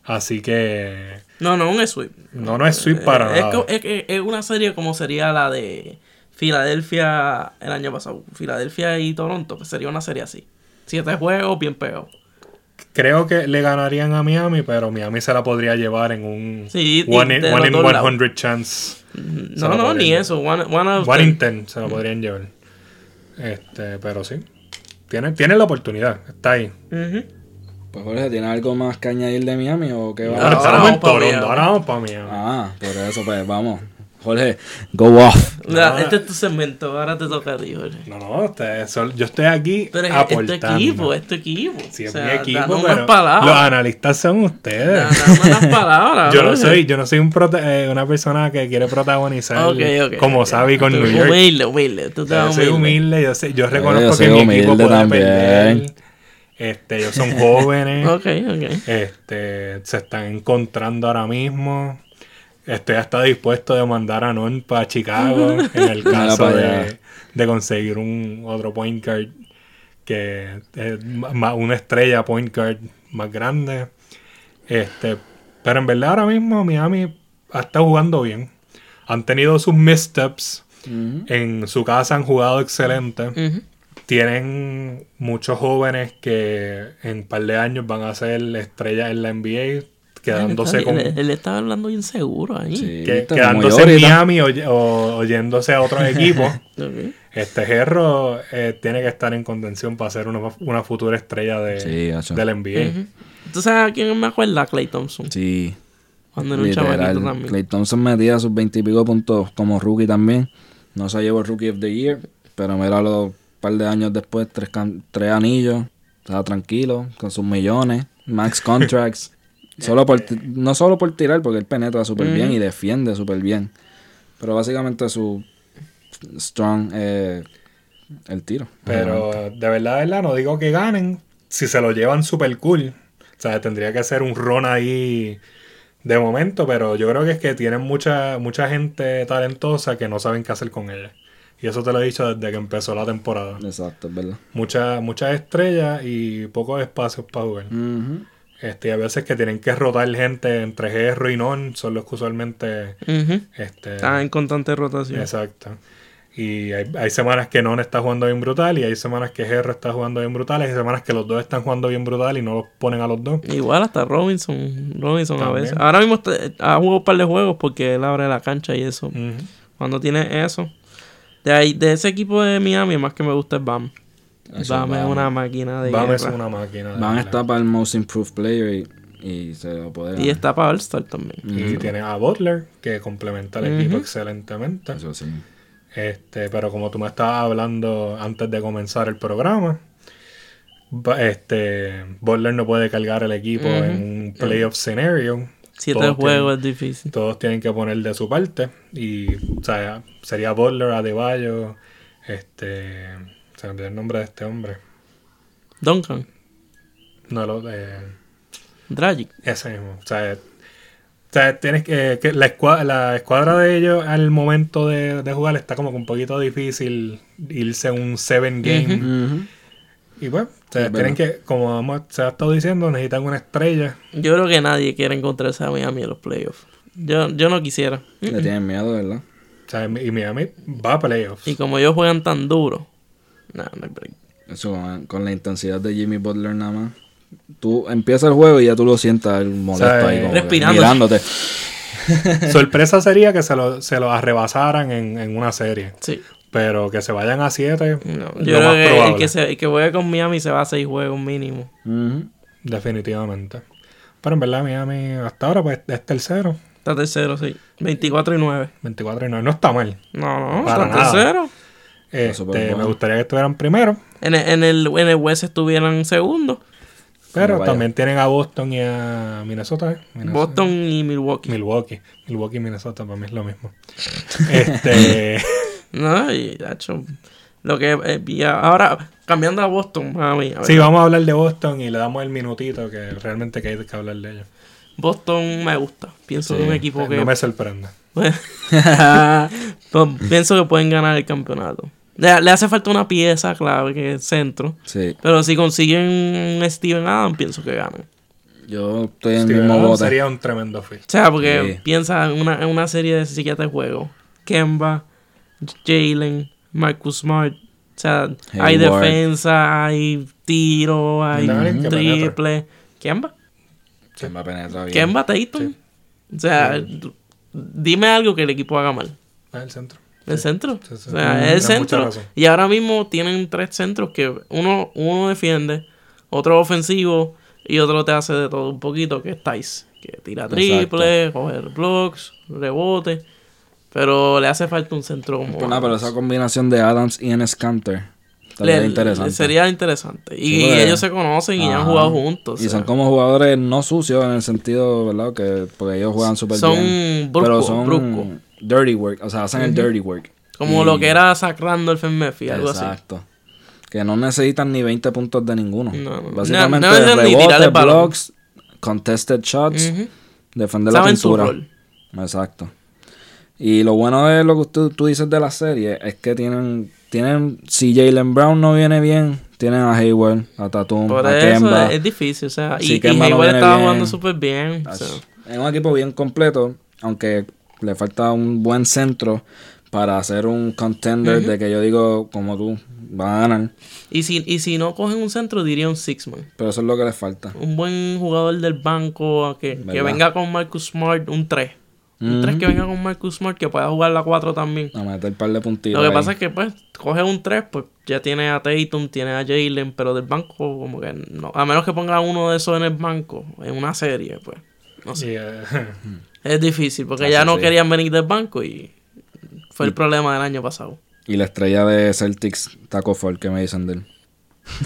Speaker 1: Así que
Speaker 2: No, no, un sweep.
Speaker 1: no, no es sweep
Speaker 2: Eh,
Speaker 1: para
Speaker 2: es,
Speaker 1: nada.
Speaker 2: co- es que- es una serie como sería la de Filadelfia el año pasado. Filadelfia y Toronto, pues sería una serie así. Siete juegos, bien pegado.
Speaker 1: Creo que le ganarían a Miami, pero Miami se la podría llevar en un
Speaker 2: Sí, y
Speaker 1: one, in,
Speaker 2: de los
Speaker 1: one in
Speaker 2: dos lados. Mm,
Speaker 1: 100 chance.
Speaker 2: No,
Speaker 1: Se lo
Speaker 2: no,
Speaker 1: podrían
Speaker 2: ni
Speaker 1: llevar.
Speaker 2: eso. One, one out of
Speaker 1: One
Speaker 2: ten.
Speaker 1: in ten se lo podrían llevar. Este, pero sí. Tienen, tienen la oportunidad, está ahí.
Speaker 2: Ujú.
Speaker 3: Pues Jorge, ¿tienes algo más que añadir de Miami o qué va?
Speaker 1: Ahora,
Speaker 2: Ahora- ahora
Speaker 1: estamos en
Speaker 2: vamos pa'
Speaker 1: Toronto,
Speaker 2: Miami.
Speaker 1: ahora vamos para Miami.
Speaker 3: Ah, por eso, pues vamos. Jorge, go off.
Speaker 2: Mira,
Speaker 1: No,
Speaker 2: este es tu segmento, ahora te toca a ti, Jorge.
Speaker 1: No, no, ustedes son- yo estoy aquí
Speaker 2: Pero es, es tu
Speaker 1: aportando.
Speaker 2: equipo, es tu equipo.
Speaker 1: Sí, es
Speaker 2: O sea,
Speaker 1: mi equipo,
Speaker 2: danos
Speaker 1: pero
Speaker 2: más
Speaker 1: los
Speaker 2: palabras.
Speaker 1: analistas son ustedes.
Speaker 2: Danos más palabras.
Speaker 1: Yo no
Speaker 2: Jorge.
Speaker 1: soy, yo no soy un prota- eh, una persona que quiere protagonizar
Speaker 2: Ok, ok,
Speaker 1: como
Speaker 2: ok.
Speaker 1: Sabi con
Speaker 2: Tú
Speaker 1: New York.
Speaker 2: Humilde, humilde. Tú te
Speaker 1: Yo
Speaker 2: vas
Speaker 1: soy
Speaker 2: humilde.
Speaker 1: humilde, yo, sé, yo
Speaker 3: yo
Speaker 1: reconozco
Speaker 3: soy
Speaker 1: que mi equipo
Speaker 3: humilde
Speaker 1: puede
Speaker 3: también.
Speaker 1: perder. Este, ellos son jóvenes.
Speaker 2: Ok, ok.
Speaker 1: Este, se están encontrando ahora mismo. Estoy hasta dispuesto de mandar a Non para Chicago en el
Speaker 3: Mira
Speaker 1: caso
Speaker 3: para allá.
Speaker 1: de, de conseguir un otro point guard que es ma- una estrella point guard más grande. Este, pero en verdad ahora mismo Miami ha estado jugando bien. Han tenido sus missteps.
Speaker 3: Ujú.
Speaker 1: En su casa han jugado excelente
Speaker 2: Ujú.
Speaker 1: tienen muchos jóvenes que en un par de años van a ser estrellas en la NBA, quedándose
Speaker 2: él,
Speaker 1: con,
Speaker 2: él- él estaba hablando bien seguro ahí.
Speaker 3: Sí,
Speaker 1: que-
Speaker 3: viste, como yo
Speaker 1: quedándose en
Speaker 3: ahorita.
Speaker 1: Miami o, o- o yéndose a otros equipos.
Speaker 2: Ok.
Speaker 1: Este Gerro eh, tiene que estar en contención para ser una, una futura estrella de,
Speaker 3: Sí, gacho.
Speaker 1: del NBA.
Speaker 2: ¿Tú sabes a quién me acuerda? Clay Thompson.
Speaker 3: Sí.
Speaker 2: Cuando era un chamaquito también.
Speaker 3: Clay Thompson metía sus 20 y pico puntos como rookie también. No se llevó el Rookie of the Year, pero mira los par de años después, tres, can- tres anillos. Estaba tranquilo, con sus millones, max contracts. solo por ti- no solo por tirar, porque él penetra súper bien y defiende súper bien. Pero básicamente su strong eh, el tiro.
Speaker 1: Pero de verdad, de verdad, no digo que ganen. Si se lo llevan super cool. O sea, tendría que ser un run ahí de momento, pero yo creo que es que tienen mucha, mucha gente talentosa que no saben qué hacer con ella. Y eso te lo he dicho desde que empezó la temporada.
Speaker 3: Exacto, es verdad.
Speaker 1: Mucha- Muchas estrellas y pocos espacios para jugar.
Speaker 3: Ujú.
Speaker 1: Este, y a veces que tienen que rotar gente entre Gerro y Non, son los que usualmente
Speaker 2: Ujú.
Speaker 1: este,
Speaker 2: Están en constante rotación.
Speaker 1: Exacto. Y hay, hay semanas que Non está jugando bien brutal, y hay semanas que Gerro está jugando bien brutal, y hay semanas que los dos están jugando bien brutal y no los ponen a los dos.
Speaker 2: Igual hasta Robinson. Robinson a
Speaker 1: También.
Speaker 2: veces. Ahora mismo está- ha jugado un par de juegos porque él abre la cancha y eso.
Speaker 1: Ujú.
Speaker 2: Cuando tiene eso. De ahí, de ese equipo de Miami, el más que me gusta es Bam.
Speaker 3: Eso,
Speaker 2: Bam es
Speaker 3: Bam.
Speaker 2: una máquina de
Speaker 1: Ah, Bam
Speaker 2: guerra.
Speaker 1: es una máquina. de
Speaker 3: Van a
Speaker 1: verdad.
Speaker 3: estar para el Most Improved Player y, y se lo puede
Speaker 2: Y
Speaker 3: ganar.
Speaker 2: está para All-Star también.
Speaker 1: Y tiene a Butler, que complementa al equipo excelentemente.
Speaker 3: Eso sí.
Speaker 1: Este, pero como tú me estabas hablando antes de comenzar el programa, ba- este, Butler no puede cargar el equipo en un playoff scenario.
Speaker 2: Siete
Speaker 1: Todos
Speaker 2: juegos es difícil.
Speaker 1: Todos tienen que poner de su parte. Y o sea, sería Butler, Adebayo, este, se me olvidó el nombre de este hombre.
Speaker 2: Duncan,
Speaker 1: No lo eh,
Speaker 2: Dragic.
Speaker 1: Ese mismo. O sea, eh, o sea, tienes que, eh, que la, escuadra, la escuadra de ellos al momento de, de jugar está como que un poquito difícil irse a un seven game. Y bueno, o sea,
Speaker 3: Es
Speaker 1: tienen que, como hemos- se ha estado diciendo, necesitan una estrella.
Speaker 2: Yo creo que nadie quiere encontrarse a Miami en los playoffs. Yo, yo no quisiera.
Speaker 3: Le tienen miedo, ¿verdad?
Speaker 1: O sea, y Miami va a playoffs.
Speaker 2: Y como ellos juegan tan duro. Nah, no hay break.
Speaker 3: Eso con, con la intensidad de Jimmy Butler nada más. Tú empiezas el juego y ya tú lo sientas el molesto
Speaker 1: O sea,
Speaker 3: ahí como que
Speaker 2: respirando.
Speaker 3: mirándote.
Speaker 1: Sorpresa sería que se lo, se lo arrebasaran en, en una serie.
Speaker 2: Sí.
Speaker 1: Pero que se vayan a siete,
Speaker 2: No,
Speaker 1: lo
Speaker 2: yo creo
Speaker 1: más
Speaker 2: que el
Speaker 1: probable.
Speaker 2: que, se, el que juegue con Miami se va a seis juegos mínimo.
Speaker 3: Ujú.
Speaker 1: Definitivamente. Pero en verdad, Miami hasta ahora pues, es tercero.
Speaker 2: Está tercero, sí. 24 y 9.
Speaker 1: 24 y 9. No está mal.
Speaker 2: No, no,
Speaker 1: Para
Speaker 2: está
Speaker 1: nada.
Speaker 2: tercero.
Speaker 1: Este,
Speaker 3: Super Bowl.
Speaker 1: me gustaría que estuvieran primero,
Speaker 2: En el, en el, en el West estuvieran segundo.
Speaker 1: pero
Speaker 3: Pero vaya.
Speaker 1: también tienen a Boston y a Minnesota. ¿eh? Minnesota.
Speaker 2: Boston y Milwaukee.
Speaker 1: Milwaukee. Milwaukee y Minnesota para mí es lo mismo. este,
Speaker 2: No, y hecho, lo que eh, y ahora cambiando a Boston, Miami. a ver.
Speaker 1: sí, vamos a hablar de Boston y le damos el minutito que realmente que hay que hablar de ellos.
Speaker 2: Boston me gusta. Pienso que es un equipo que
Speaker 1: No me sorprende.
Speaker 2: Pero pienso que pueden ganar el campeonato. Le, le hace falta una pieza clave que es el centro,
Speaker 3: Sí.
Speaker 2: pero si consiguen un Steven Adams pienso que ganan.
Speaker 3: Yo estoy en el
Speaker 1: Steven
Speaker 3: mismo
Speaker 1: Adams
Speaker 3: bote.
Speaker 1: sería un tremendo fit.
Speaker 2: O sea, porque
Speaker 3: Sí.
Speaker 2: piensa en una, en una serie de siete juegos. Kemba, Jalen, Marcus Smart. O sea, hay
Speaker 3: Hayward.
Speaker 2: defensa, hay tiro, hay
Speaker 1: Dale, que
Speaker 2: triple. Kemba,
Speaker 3: Se me penetra bien.
Speaker 2: Kemba Tatum. O sea, d- dime algo que el equipo haga mal.
Speaker 1: Ah, el centro.
Speaker 2: El centro.
Speaker 1: sí, sí.
Speaker 2: O sea, es el
Speaker 1: Tienes mucha
Speaker 2: centro.
Speaker 1: razón.
Speaker 2: Y ahora mismo tienen tres centros que uno, uno defiende, otro ofensivo y otro te hace de todo un poquito, que es Tice. Que tira triple, coger blocks, rebote. Pero le hace falta un centro como.
Speaker 3: Pues nada, pero esa combinación de Adams y Enes Canter
Speaker 2: Le-
Speaker 3: estaría interesante.
Speaker 2: sería interesante. Y,
Speaker 3: Sí,
Speaker 2: y
Speaker 3: porque-
Speaker 2: ellos se conocen y ya han
Speaker 3: Ajá.
Speaker 2: jugado juntos.
Speaker 3: Y
Speaker 2: o sea,
Speaker 3: son como jugadores no sucios en el sentido, ¿verdad? Que, porque ellos juegan súper
Speaker 2: Son
Speaker 3: bien.
Speaker 2: bruscos,
Speaker 3: pero son
Speaker 2: bruscos.
Speaker 3: dirty work. O sea, hacen el dirty work.
Speaker 2: como
Speaker 3: Y-
Speaker 2: lo que era Zach Randolph en Memphis, algo así.
Speaker 3: Exacto. Que no necesitan ni 20 puntos de ninguno.
Speaker 2: No, no.
Speaker 3: Básicamente,
Speaker 2: No, no necesitan ni tirar el
Speaker 3: rebotes,
Speaker 2: balón.
Speaker 3: blocks, contested shots,
Speaker 2: Ujú.
Speaker 3: defender la
Speaker 2: Saben su
Speaker 3: pintura.
Speaker 2: rol.
Speaker 3: Exacto. Y lo bueno de lo que tú, tú dices de la serie es que tienen, tienen, si Jalen Brown no viene bien, tienen a Hayward, a Tatum,
Speaker 2: Por
Speaker 3: a
Speaker 2: eso
Speaker 3: Kemba.
Speaker 2: es, es difícil, o sea,
Speaker 3: Sí,
Speaker 2: y, y
Speaker 3: Kemba no
Speaker 2: Hayward
Speaker 3: viene
Speaker 2: estaba
Speaker 3: bien.
Speaker 2: jugando súper bien. o sea,
Speaker 3: Es un equipo bien completo, aunque le falta un buen centro para hacer un contender de que yo digo, como tú, van a ganar.
Speaker 2: y, si, y si no cogen un centro, diría un six-man.
Speaker 3: Pero eso es lo que les falta.
Speaker 2: Un buen jugador del banco a que, que
Speaker 3: ¿Verdad? Mm.
Speaker 2: venga con Marcus Smart, un 3. Un 3 que venga con Marcus Smart, que pueda jugar la 4 también.
Speaker 3: A meter un par de puntitos.
Speaker 2: Lo que
Speaker 3: ahí.
Speaker 2: pasa es que, pues, coge un 3, pues ya tiene a Tatum, tiene a Jalen, pero del banco, como que no. A menos que ponga uno de esos en el banco, en una serie, pues. No sé.
Speaker 1: Y, eh,
Speaker 2: Es difícil, porque
Speaker 3: Ah,
Speaker 2: ya
Speaker 3: sí,
Speaker 2: no
Speaker 3: sí.
Speaker 2: querían venir del banco y fue el problema del año pasado.
Speaker 3: Y la estrella de Celtics, Taco Fall, que me dicen de él.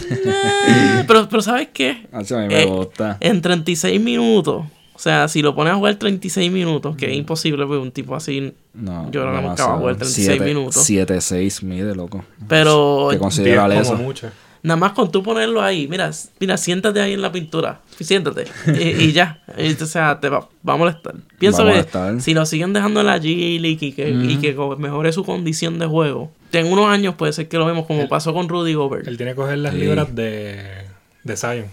Speaker 2: Eh, pero, pero ¿sabes qué?
Speaker 3: Ah, sí, a mí me
Speaker 2: Eh,
Speaker 3: gusta.
Speaker 2: En 36 minutos. O sea, si lo pones a jugar 36 minutos, que es
Speaker 3: Mm.
Speaker 2: imposible, pues un tipo así.
Speaker 3: No,
Speaker 2: yo creo que nunca
Speaker 3: demasiado.
Speaker 2: va a jugar 36
Speaker 3: Siete-
Speaker 2: minutos.
Speaker 3: 7-6, mide, loco.
Speaker 2: Pero
Speaker 3: Que
Speaker 1: diez
Speaker 3: considerar
Speaker 1: como
Speaker 3: eso.
Speaker 1: mucho.
Speaker 2: nada más con tú ponerlo ahí, mira, s- mira, siéntate ahí en la pintura. Siéntate. Y, y ya. Y, o sea, te va, va a molestar. Pienso
Speaker 3: Va a
Speaker 2: que
Speaker 3: molestar. Mm.
Speaker 2: si lo siguen dejando en la G-League y que, y que co- mejore su condición de juego, en unos años puede ser que lo vemos como pasó con Rudy Gobert.
Speaker 1: Él tiene que coger las libras de, de Zion.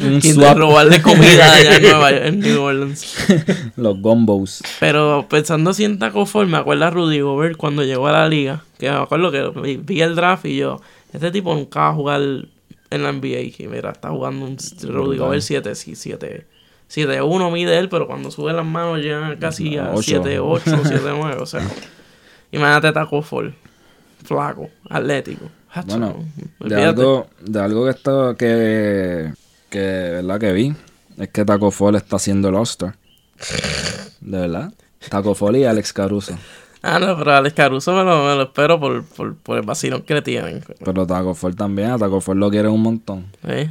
Speaker 3: Un
Speaker 2: y de
Speaker 3: swap.
Speaker 2: robarle comida allá en Nueva York, en New Orleans.
Speaker 3: Los gombos.
Speaker 2: Pero pensando así en Taco Fall, me acuerdo a Rudy Gobert cuando llegó a la liga. Que me acuerdo que vi- vi el draft y yo, este tipo nunca va a jugar en la NBA. Y mira, está jugando un Rudy Gobert 7, sí, 7. 7-1 mide él, pero cuando sube las manos llega casi a
Speaker 3: Ah, Ocho.
Speaker 2: 7-8, 7-9. O sea, imagínate Taco Fall. Flaco, atlético. Hacho,
Speaker 3: Bueno,
Speaker 2: no,
Speaker 3: de
Speaker 2: olvídate.
Speaker 3: algo, de algo que está que, que verdad que vi es que Taco Fall está haciendo el All-Star. De verdad. Taco Fall y Alex Caruso.
Speaker 2: Ah, no, pero Alex Caruso me lo, me lo espero por, por, por el vacilón que le tienen.
Speaker 3: Pero Taco Fall también, a Taco Fall lo quieren un montón.
Speaker 2: ¿eh?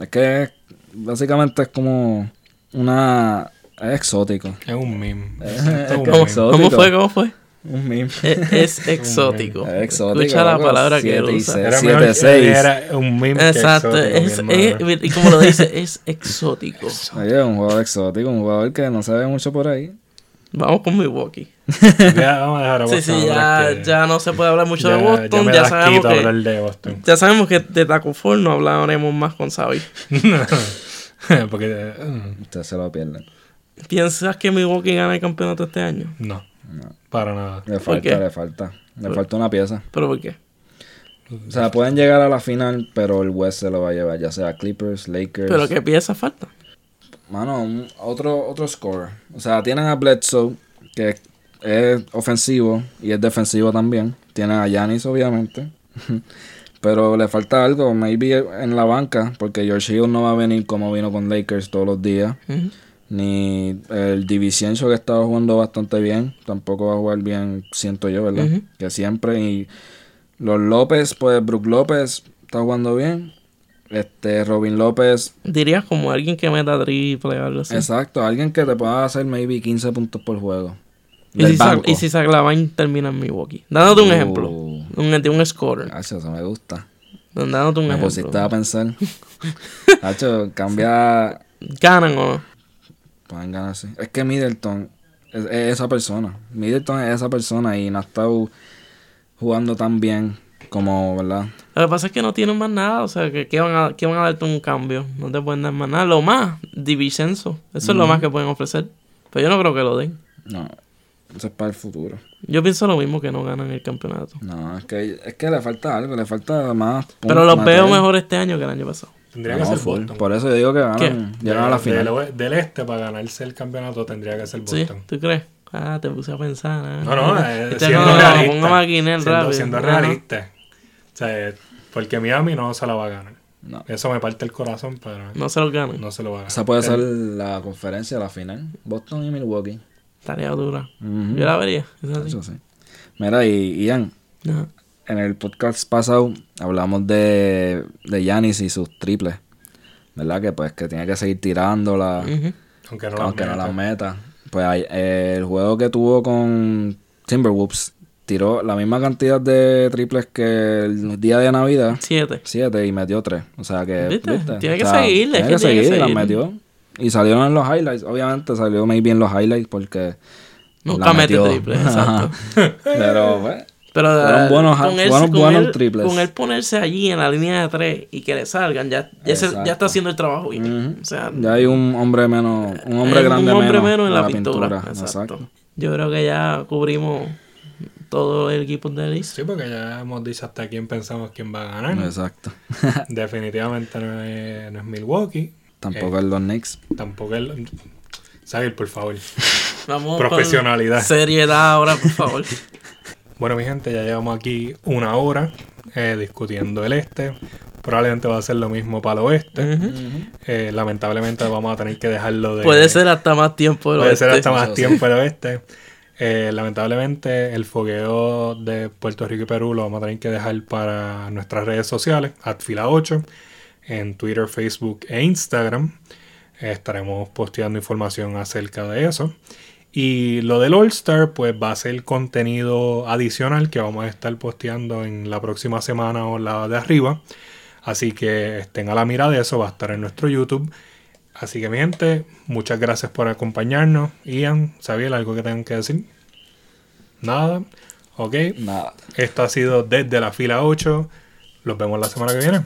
Speaker 3: Es que es- básicamente es como una es exótico.
Speaker 1: Es un meme.
Speaker 2: Eh,
Speaker 3: Es-
Speaker 1: Esto es un
Speaker 3: ¿cómo
Speaker 1: meme.
Speaker 3: son?
Speaker 2: ¿Cómo
Speaker 3: Exótico.
Speaker 2: fue? ¿Cómo fue?
Speaker 3: Un meme.
Speaker 2: E, Es, es exótico.
Speaker 3: Es exótico,
Speaker 2: Escucha la
Speaker 3: loco,
Speaker 2: palabra que él
Speaker 3: siete y
Speaker 2: usa.
Speaker 3: seis.
Speaker 1: Era mejor-
Speaker 3: 7-6.
Speaker 1: Era un meme. que
Speaker 2: Exacto. es,
Speaker 1: exótico, mi
Speaker 2: es-
Speaker 1: hermano.
Speaker 2: y como lo dice, es exótico.
Speaker 3: Oye, un jugador exótico, un jugador que no se ve mucho por ahí.
Speaker 2: Vamos con Milwaukee.
Speaker 1: Ya, vamos a dejar a
Speaker 2: Sí, sí,
Speaker 1: Boston ahora
Speaker 2: ya,
Speaker 1: que-
Speaker 2: ya no se puede hablar mucho de
Speaker 1: ya-
Speaker 2: Boston.
Speaker 1: me
Speaker 2: Ya,
Speaker 1: das
Speaker 2: sabemos
Speaker 1: quito hablar
Speaker 2: que,
Speaker 1: de Boston.
Speaker 2: ya sabemos que de Taco Fall no hablaremos más con Xavi.
Speaker 1: Porque. eh, mm,
Speaker 3: Ustedes se lo pierden.
Speaker 2: ¿Piensas que Milwaukee gana el campeonato este año?
Speaker 1: No, para nada.
Speaker 3: Le
Speaker 2: ¿Por qué?
Speaker 3: falta, le falta. Le falta una pieza.
Speaker 2: ¿Pero por qué?
Speaker 3: O sea, pueden llegar a la final, pero el West se lo va a llevar, ya sea Clippers, Lakers.
Speaker 2: ¿Pero qué pieza falta?
Speaker 3: Mano, un- otro, otro scorer. O sea, tienen a Bledsoe, que es ofensivo y es defensivo también. Tienen a Yanis, obviamente. Pero le falta algo, maybe en la banca, porque George Hill no va a venir como vino con Lakers todos los días.
Speaker 2: Ujú.
Speaker 3: Ni el Divisencio que estaba jugando bastante bien, tampoco va a jugar bien, siento yo, ¿verdad?
Speaker 2: Ujú.
Speaker 3: Que siempre. Y los López, pues Brook López está jugando bien. Este, Robin López
Speaker 2: Dirías como alguien que meta triple o algo así.
Speaker 3: Exacto, alguien que te pueda hacer maybe 15 puntos por juego.
Speaker 2: ¿Y si, Zach, y si Zach Lavine termina en Milwaukee? Dándote un ejemplo.
Speaker 3: Uh.
Speaker 2: Un, de un scorer.
Speaker 3: Hacho, eso me gusta.
Speaker 2: Dándote un
Speaker 3: Me pusiste
Speaker 2: ejemplo.
Speaker 3: a pensar. Hacho, cambia.
Speaker 2: ¿Ganan o no?
Speaker 3: Pueden ganar, sí. Es que Middleton es, es esa persona. Middleton es esa persona y no ha estado jugando tan bien como, ¿verdad?
Speaker 2: Lo que pasa es que no tienen más nada. O sea, que, que, van, a, que van a darte un cambio. No te pueden dar más nada. Lo más, Divisenso. Eso es lo más que pueden ofrecer. Pero yo no creo que lo den.
Speaker 3: No. Eso es para el futuro.
Speaker 2: Yo pienso lo mismo que no ganan el campeonato.
Speaker 3: No, es que, es que le falta algo, le falta más. puntos,
Speaker 2: Pero los veo
Speaker 3: material.
Speaker 2: mejor este año que el año pasado.
Speaker 1: Tendría
Speaker 3: No,
Speaker 1: que ser
Speaker 3: full.
Speaker 1: Boston.
Speaker 2: pues,
Speaker 3: Por eso yo digo que
Speaker 2: ¿Qué?
Speaker 3: ganan, llegan a la
Speaker 1: Del-
Speaker 3: final.
Speaker 1: Del, oe- del este, para ganarse el campeonato, tendría que ser
Speaker 2: ¿Sí?
Speaker 1: Boston.
Speaker 2: ¿Tú crees? Ah, te puse a pensar. ah.
Speaker 1: No, no, eh,
Speaker 2: Este
Speaker 1: siendo
Speaker 2: no, no,
Speaker 1: realista.
Speaker 2: Póngame aquí en el
Speaker 1: siendo,
Speaker 2: rápido.
Speaker 1: siendo
Speaker 2: Ah,
Speaker 1: realista. O sea, porque Miami no se la va a ganar.
Speaker 3: No.
Speaker 1: Eso me parte el corazón, pero
Speaker 2: No se los ganan.
Speaker 1: no se lo va a ganar.
Speaker 3: Esa puede ser la conferencia, la final. Boston y Milwaukee.
Speaker 2: Tarea dura.
Speaker 3: Ujú,
Speaker 2: Yo la vería. Es así.
Speaker 3: Eso sí. Mira, y Ian,
Speaker 2: Ajá.
Speaker 3: en el podcast pasado hablamos de de Giannis y sus triples. ¿Verdad? Que pues que tiene que seguir tirándola,
Speaker 2: Ujú.
Speaker 1: Aunque no la
Speaker 3: aunque no
Speaker 1: meta.
Speaker 3: las meta. Pues ahí, eh, el juego que tuvo con Timberwolves tiró la misma cantidad de triples que el día de Navidad.
Speaker 2: Siete.
Speaker 3: Siete y metió tres. O sea que.
Speaker 2: ¿Viste? Tiene que
Speaker 3: O sea,
Speaker 2: seguirle, es
Speaker 3: Tiene
Speaker 2: que tiene que
Speaker 3: que seguir, la
Speaker 2: seguirle.
Speaker 3: metió. Y salieron en los highlights. Obviamente salió maybe en los highlights porque.
Speaker 2: Nunca
Speaker 3: la
Speaker 2: mete
Speaker 3: metió.
Speaker 2: triple, exacto.
Speaker 3: Ajá. Pero, pues.
Speaker 2: Pero
Speaker 3: Fueron
Speaker 2: eh,
Speaker 3: buenos- fueron buenos triples.
Speaker 2: con él ponerse allí en la línea de tres y que le salgan, ya, ya, se- ya está
Speaker 3: Exacto.
Speaker 2: haciendo el trabajo bien. O sea,
Speaker 3: Ya hay un hombre menos. Un hombre
Speaker 2: es
Speaker 3: grande
Speaker 2: Eh, un hombre menos,
Speaker 3: menos
Speaker 2: en la, pintura. Exacto.
Speaker 3: Exacto.
Speaker 2: Yo creo que ya cubrimos todo el equipo de Liz.
Speaker 1: Sí, porque ya hemos dicho hasta quién pensamos quién va a ganar.
Speaker 3: Exacto.
Speaker 1: Definitivamente no es, no es Milwaukee.
Speaker 3: Tampoco es los Knicks.
Speaker 1: Tampoco es. Xavier, por favor.
Speaker 2: Vamos con
Speaker 1: Profesionalidad.
Speaker 2: seriedad ahora, por favor.
Speaker 1: Bueno, mi gente, ya llevamos aquí una hora eh, discutiendo el este. Probablemente va a ser lo mismo para el oeste. Eh, lamentablemente vamos a tener que dejarlo de.
Speaker 2: Puede ser hasta más tiempo. de lo
Speaker 1: puede ser
Speaker 2: este.
Speaker 1: hasta más
Speaker 3: Eso sí.
Speaker 1: tiempo el oeste. Eh, lamentablemente el fogueo de Puerto Rico y Perú lo vamos a tener que dejar para nuestras redes sociales, @fila8 en Twitter, Facebook e Instagram. Eh, estaremos posteando información acerca de eso. Y lo del All Star, pues va a ser contenido adicional que vamos a estar posteando en la próxima semana o la de arriba. Así que estén a la mira de eso, va a estar en nuestro YouTube. Así que mi gente, muchas gracias por acompañarnos. Ian, Xavier, ¿algo que tengan que decir? Nada. Ok.
Speaker 3: Nada.
Speaker 1: Esto ha sido desde la fila 8. Los vemos la semana que viene.